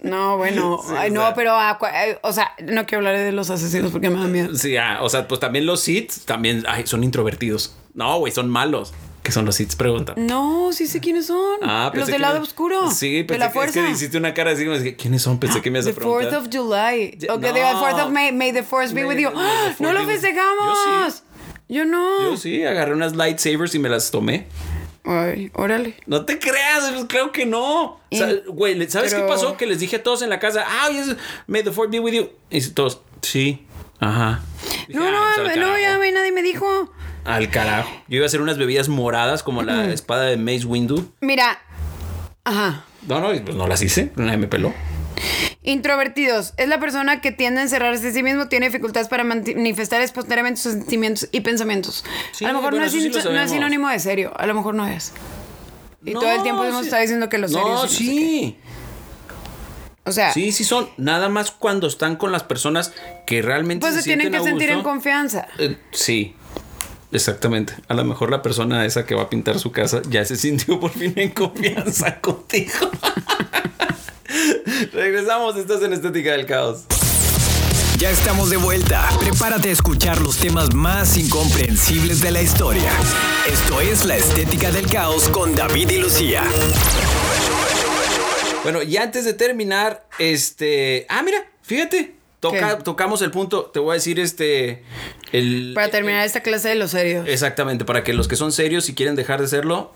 Speaker 2: No, bueno, ay,
Speaker 1: o
Speaker 2: no,
Speaker 1: sea.
Speaker 2: pero a cua- eh, o sea, no quiero hablar de los asesinos porque me da miedo.
Speaker 1: Sí, ah, o sea, pues también los Sith también ay, son introvertidos. No, güey, son malos. ¿Qué son los Sith? Pregunta.
Speaker 2: No, sí sé quiénes son.
Speaker 1: Ah,
Speaker 2: Mm, los
Speaker 1: pensé
Speaker 2: del
Speaker 1: que
Speaker 2: lado
Speaker 1: me-
Speaker 2: oscuro.
Speaker 1: Sí,
Speaker 2: de
Speaker 1: pensé
Speaker 2: la
Speaker 1: que, es
Speaker 2: fuerza. Ah,
Speaker 1: que hiciste una cara así como de, ¿quiénes son? Pensé que me ibas a
Speaker 2: The 4th
Speaker 1: preguntar.
Speaker 2: of July.
Speaker 1: Ya-
Speaker 2: Ok, the 4th of
Speaker 1: no.
Speaker 2: May. May the 4th be
Speaker 1: May-
Speaker 2: with you.
Speaker 1: May the
Speaker 2: ¡Ah!
Speaker 1: fourth
Speaker 2: ¡No
Speaker 1: be
Speaker 2: lo
Speaker 1: with-
Speaker 2: festejamos!
Speaker 1: Yo sí.
Speaker 2: Yo no.
Speaker 1: Yo sí, agarré unas lightsabers y me las tomé.
Speaker 2: Ay, órale.
Speaker 1: No te creas, pues, claro que no. O sea,
Speaker 2: Y-
Speaker 1: Güey, le- ¿sabes
Speaker 2: Eh, pero-
Speaker 1: qué pasó? Que les dije a todos en la casa, ah, yes, may the fourth be with you. Y todos, sí, ajá. Dije,
Speaker 2: No,
Speaker 1: "Ah,
Speaker 2: no,
Speaker 1: pues, al
Speaker 2: no,
Speaker 1: carajo".
Speaker 2: ya me- nadie me dijo.
Speaker 1: Al carajo. Yo iba a hacer unas bebidas moradas como la espada de Mace Windu.
Speaker 2: Mira. Ajá.
Speaker 1: No, no, y pues no las hice, nadie me peló.
Speaker 2: Introvertidos. Es la persona que tiende a encerrarse en sí mismo, tiene dificultades para manti- manifestar espontáneamente sus sentimientos y pensamientos.
Speaker 1: Sí,
Speaker 2: a lo mejor
Speaker 1: bueno,
Speaker 2: no, es
Speaker 1: eso sí
Speaker 2: sin-
Speaker 1: lo
Speaker 2: no es
Speaker 1: sabemos.
Speaker 2: sinónimo de serio. A lo mejor no es. Y
Speaker 1: No,
Speaker 2: todo el tiempo
Speaker 1: sí.
Speaker 2: hemos estado diciendo que los
Speaker 1: No,
Speaker 2: serios. y no sé
Speaker 1: sí.
Speaker 2: qué. O sea,
Speaker 1: Sí, sí son. Nada más cuando están con las personas que realmente
Speaker 2: pues se, tienen
Speaker 1: sienten
Speaker 2: que
Speaker 1: a
Speaker 2: sentir en
Speaker 1: gusto.
Speaker 2: confianza.
Speaker 1: Eh, sí, exactamente. A lo mejor la persona esa que va a pintar su casa ya se sintió por fin en confianza contigo. Regresamos, estás en Estética del Caos.
Speaker 3: Ya estamos de vuelta. Prepárate a escuchar los temas más incomprensibles de la historia. Esto es La Estética del Caos con David y Lucía.
Speaker 1: Bueno, y antes de terminar, este... Ah, mira, fíjate. toca-
Speaker 2: ¿Qué?
Speaker 1: tocamos el punto, te voy a decir este... El,
Speaker 2: Para terminar esta clase de los serios.
Speaker 1: Exactamente, para que los que son serios y quieren dejar de serlo,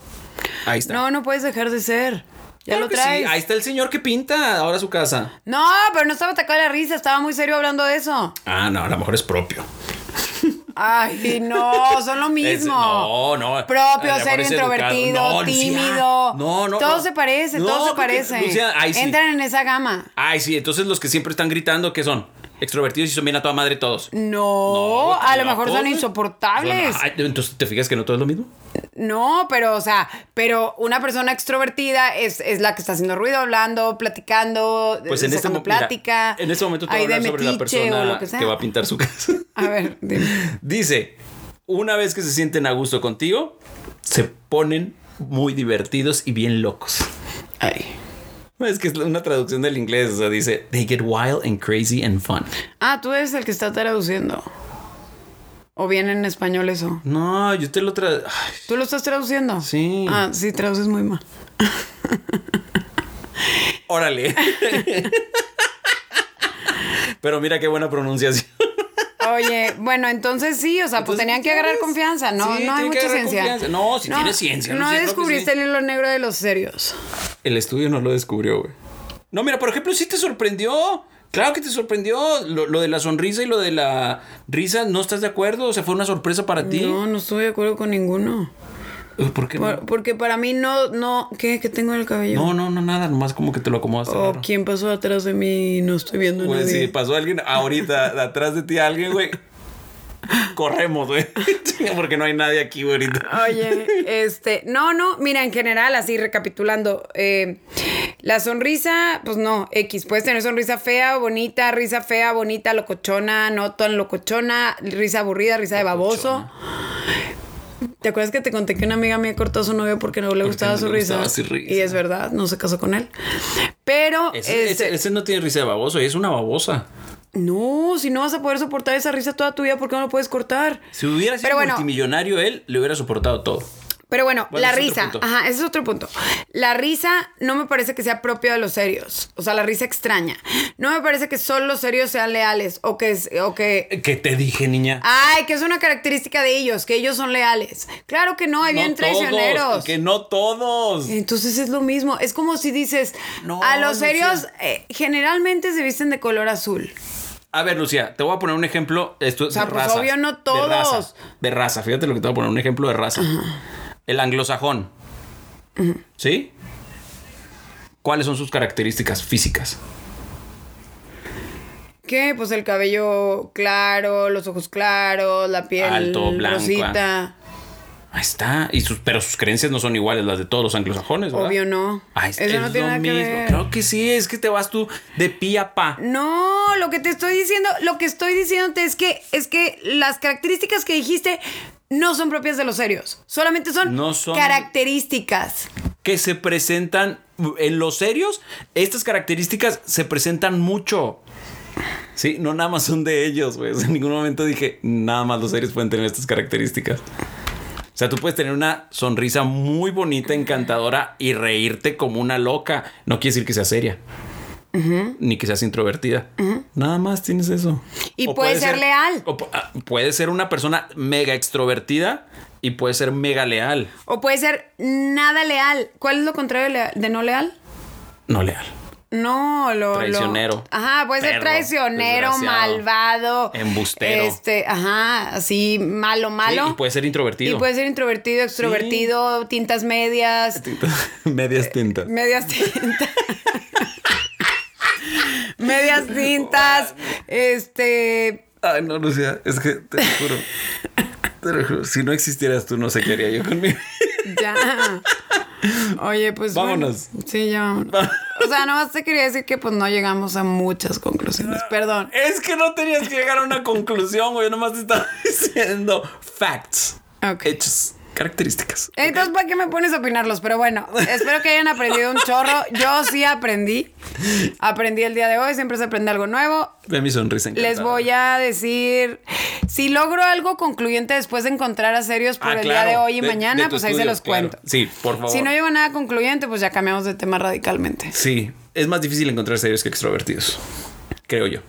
Speaker 1: ahí está.
Speaker 2: No, no puedes dejar de ser. Ya
Speaker 1: Claro
Speaker 2: lo
Speaker 1: que sí,
Speaker 2: traes.
Speaker 1: Ahí está el señor que pinta ahora su casa.
Speaker 2: No, pero no estaba atacado de la risa, estaba muy serio hablando de eso.
Speaker 1: Ah, no, a lo mejor es propio.
Speaker 2: Ay, no, son lo
Speaker 1: Ese-
Speaker 2: mismo.
Speaker 1: no, no.
Speaker 2: Propio,
Speaker 1: A lo mejor
Speaker 2: serio,
Speaker 1: es educado.
Speaker 2: introvertido,
Speaker 1: No, Lucía.
Speaker 2: tímido.
Speaker 1: No, no,
Speaker 2: Todo
Speaker 1: no.
Speaker 2: se parece,
Speaker 1: No,
Speaker 2: todo
Speaker 1: creo
Speaker 2: se
Speaker 1: que-
Speaker 2: parece.
Speaker 1: Lucía, ay, sí.
Speaker 2: Entran en esa gama.
Speaker 1: Ay, sí, entonces los que siempre están gritando, ¿qué son? Extrovertidos y son bien a toda madre todos.
Speaker 2: No,
Speaker 1: No,
Speaker 2: a lo
Speaker 1: no,
Speaker 2: mejor son
Speaker 1: todos.
Speaker 2: insoportables.
Speaker 1: Ay, entonces, ¿te fijas que no todo es lo mismo?
Speaker 2: No, pero, o sea, pero una persona extrovertida es, es la que está haciendo ruido, hablando, platicando,
Speaker 1: Pues en este,
Speaker 2: sacando
Speaker 1: mo- mira,
Speaker 2: Eh, plática.
Speaker 1: en este momento te voy a
Speaker 2: ahí de
Speaker 1: hablar sobre la
Speaker 2: metiche o
Speaker 1: persona
Speaker 2: lo que, sea.
Speaker 1: va a pintar su casa.
Speaker 2: A ver, dime.
Speaker 1: Dice, una vez que se sienten a gusto contigo, se ponen muy divertidos y bien locos.
Speaker 2: Ay.
Speaker 1: Es que es una traducción del inglés, o sea, dice, they get wild and crazy and fun.
Speaker 2: Ah, tú eres el que está traduciendo. O bien en español eso.
Speaker 1: No, yo te lo tra... Ay,
Speaker 2: ¿Tú lo estás traduciendo?
Speaker 1: Sí.
Speaker 2: Ah, sí, traduces muy mal.
Speaker 1: Órale. Pero mira qué buena pronunciación.
Speaker 2: Oye, bueno, entonces sí, o sea, pues
Speaker 1: Entonces,
Speaker 2: tenían que agarrar
Speaker 1: ¿sabes?
Speaker 2: confianza, ¿no?
Speaker 1: Sí,
Speaker 2: no
Speaker 1: tiene
Speaker 2: hay
Speaker 1: que
Speaker 2: mucha
Speaker 1: agarrar
Speaker 2: ciencia.
Speaker 1: confianza. No, si tiene ciencia,
Speaker 2: No
Speaker 1: Lucía, claro que
Speaker 2: descubriste
Speaker 1: sí.
Speaker 2: el hilo negro de los serios.
Speaker 1: El estudio no lo descubrió, güey. No, mira, por ejemplo, sí te sorprendió. Claro que te sorprendió lo, lo de la sonrisa y lo de la risa. ¿No estás de acuerdo? O sea, fue una sorpresa para ti.
Speaker 2: No, no estuve de acuerdo con ninguno.
Speaker 1: Uy, ¿Por qué
Speaker 2: Por-
Speaker 1: no?
Speaker 2: porque para mí no, no, ¿qué? ¿Qué tengo en el cabello?
Speaker 1: No, no, no, nada. Nomás como que te lo acomodaste.
Speaker 2: O
Speaker 1: raro.
Speaker 2: quién pasó atrás de mí, no estoy viendo
Speaker 1: Güey, si
Speaker 2: nadie.
Speaker 1: pasó alguien ahorita atrás de ti, alguien, güey. Corremos, güey. Porque no hay nadie aquí, güey, ahorita.
Speaker 2: Oye, este, no, no, mira, en general, así recapitulando, eh, la sonrisa, pues no, X, puedes tener sonrisa fea, bonita, risa fea, bonita, locochona, no tan locochona, risa aburrida, risa de baboso. ¿Te acuerdas que te conté que una amiga mía cortó a su novio porque no le gustaba
Speaker 1: no
Speaker 2: su
Speaker 1: le
Speaker 2: risa?
Speaker 1: gustaba su risa.
Speaker 2: Y es verdad, no se casó con él. Pero,
Speaker 1: Ese,
Speaker 2: este,
Speaker 1: ese- ese no tiene risa de baboso, es una babosa.
Speaker 2: no, si no vas a poder soportar esa risa toda tu vida, ¿por qué no lo puedes cortar?
Speaker 1: Si hubiera sido
Speaker 2: Pero bueno.
Speaker 1: multimillonario él, le hubiera soportado todo.
Speaker 2: Pero bueno,
Speaker 1: Bueno,
Speaker 2: la
Speaker 1: ese es otro
Speaker 2: risa.
Speaker 1: punto.
Speaker 2: Ajá, ese es otro punto. La risa no me parece que sea propio de los serios. O sea, la risa extraña. No me parece que solo los serios sean leales o que. es- O que
Speaker 1: ¿Qué te dije, niña?
Speaker 2: Ay, que es una característica de ellos, que ellos son leales. Claro que no, hay bien
Speaker 1: No
Speaker 2: traicioneros. Eh.
Speaker 1: todos, que no todos.
Speaker 2: Entonces es lo mismo. Es como si dices,
Speaker 1: No,
Speaker 2: a los
Speaker 1: Lucía.
Speaker 2: serios eh, generalmente se visten de color azul.
Speaker 1: A ver, Lucía, te voy a poner un ejemplo. Esto,
Speaker 2: sea,
Speaker 1: de
Speaker 2: pues,
Speaker 1: razas,
Speaker 2: obvio, no todos.
Speaker 1: De raza, de raza, fíjate lo que te voy a poner, un ejemplo de raza. El anglosajón. ¿Sí? ¿Cuáles son sus características físicas?
Speaker 2: ¿Qué? Pues el cabello claro, los ojos claros, la piel
Speaker 1: Alto, blanco, ah.
Speaker 2: rosita.
Speaker 1: Ahí está. Y sus, pero sus creencias no son iguales las de todos los anglosajones, ¿verdad?
Speaker 2: Obvio no.
Speaker 1: Ahí está.
Speaker 2: Eso no
Speaker 1: es
Speaker 2: tiene
Speaker 1: lo
Speaker 2: nada que
Speaker 1: mismo.
Speaker 2: ver.
Speaker 1: Claro que sí, es que te vas tú de pi a pa.
Speaker 2: No, lo que te estoy diciendo, lo que estoy diciéndote es que es que las características que dijiste no son propias de los serios. Solamente son,
Speaker 1: No son-
Speaker 2: características.
Speaker 1: que se presentan en los serios, estas características se presentan mucho. Sí, no nada más son de ellos, güey. O sea, en ningún momento dije, nada más los serios pueden tener estas características. O sea, tú puedes tener una sonrisa muy bonita, encantadora y reírte como una loca. No quiere decir que seas seria. Ni que seas introvertida. Nada más tienes eso.
Speaker 2: Y puede ser leal.
Speaker 1: o pu- ah, puede ser una persona mega extrovertida y puede ser mega leal.
Speaker 2: O puede ser nada leal. ¿Cuál es lo contrario de, leal- de no leal?
Speaker 1: No leal.
Speaker 2: No, lo. lo-
Speaker 1: Traicionero.
Speaker 2: ajá, puede ser
Speaker 1: Perro,
Speaker 2: traicionero,
Speaker 1: desgraciado,
Speaker 2: malvado.
Speaker 1: embustero.
Speaker 2: Este, ajá, así, malo, malo.
Speaker 1: Sí, y puede ser introvertido.
Speaker 2: Ah, Y puede ser introvertido, extrovertido, tintas medias.
Speaker 1: Medias tintas.
Speaker 2: Medias tintas. Medias tintas. Este.
Speaker 1: Ay, no, Lucía, es que te lo juro. Te lo juro. Si no existieras tú, no sé qué haría yo conmigo.
Speaker 2: Ya. Oye, pues. bueno.
Speaker 1: Vámonos.
Speaker 2: Sí, ya vámonos. O sea, nada más te quería decir que pues no llegamos a muchas conclusiones. Perdón.
Speaker 1: Es que no tenías que llegar a una conclusión, güey. Nomás te estaba diciendo facts.
Speaker 2: Ok.
Speaker 1: Hechos. Características.
Speaker 2: Entonces, ¿para qué me pones a opinarlos? Pero bueno, espero que hayan aprendido un chorro. Yo sí aprendí. Aprendí el día de hoy. Siempre se aprende algo nuevo.
Speaker 1: Ve mi sonrisa.
Speaker 2: Les
Speaker 1: encantadora.
Speaker 2: voy a decir, si logro algo concluyente después de encontrar a serios por
Speaker 1: Ah,
Speaker 2: el
Speaker 1: claro,
Speaker 2: día de hoy y
Speaker 1: de-
Speaker 2: mañana,
Speaker 1: de tu
Speaker 2: pues ahí se
Speaker 1: estudio,
Speaker 2: los
Speaker 1: claro.
Speaker 2: cuento.
Speaker 1: Sí, por favor.
Speaker 2: Si no llevo nada concluyente, pues ya cambiamos de tema radicalmente.
Speaker 1: Sí, es más difícil encontrar serios que extrovertidos. Creo yo.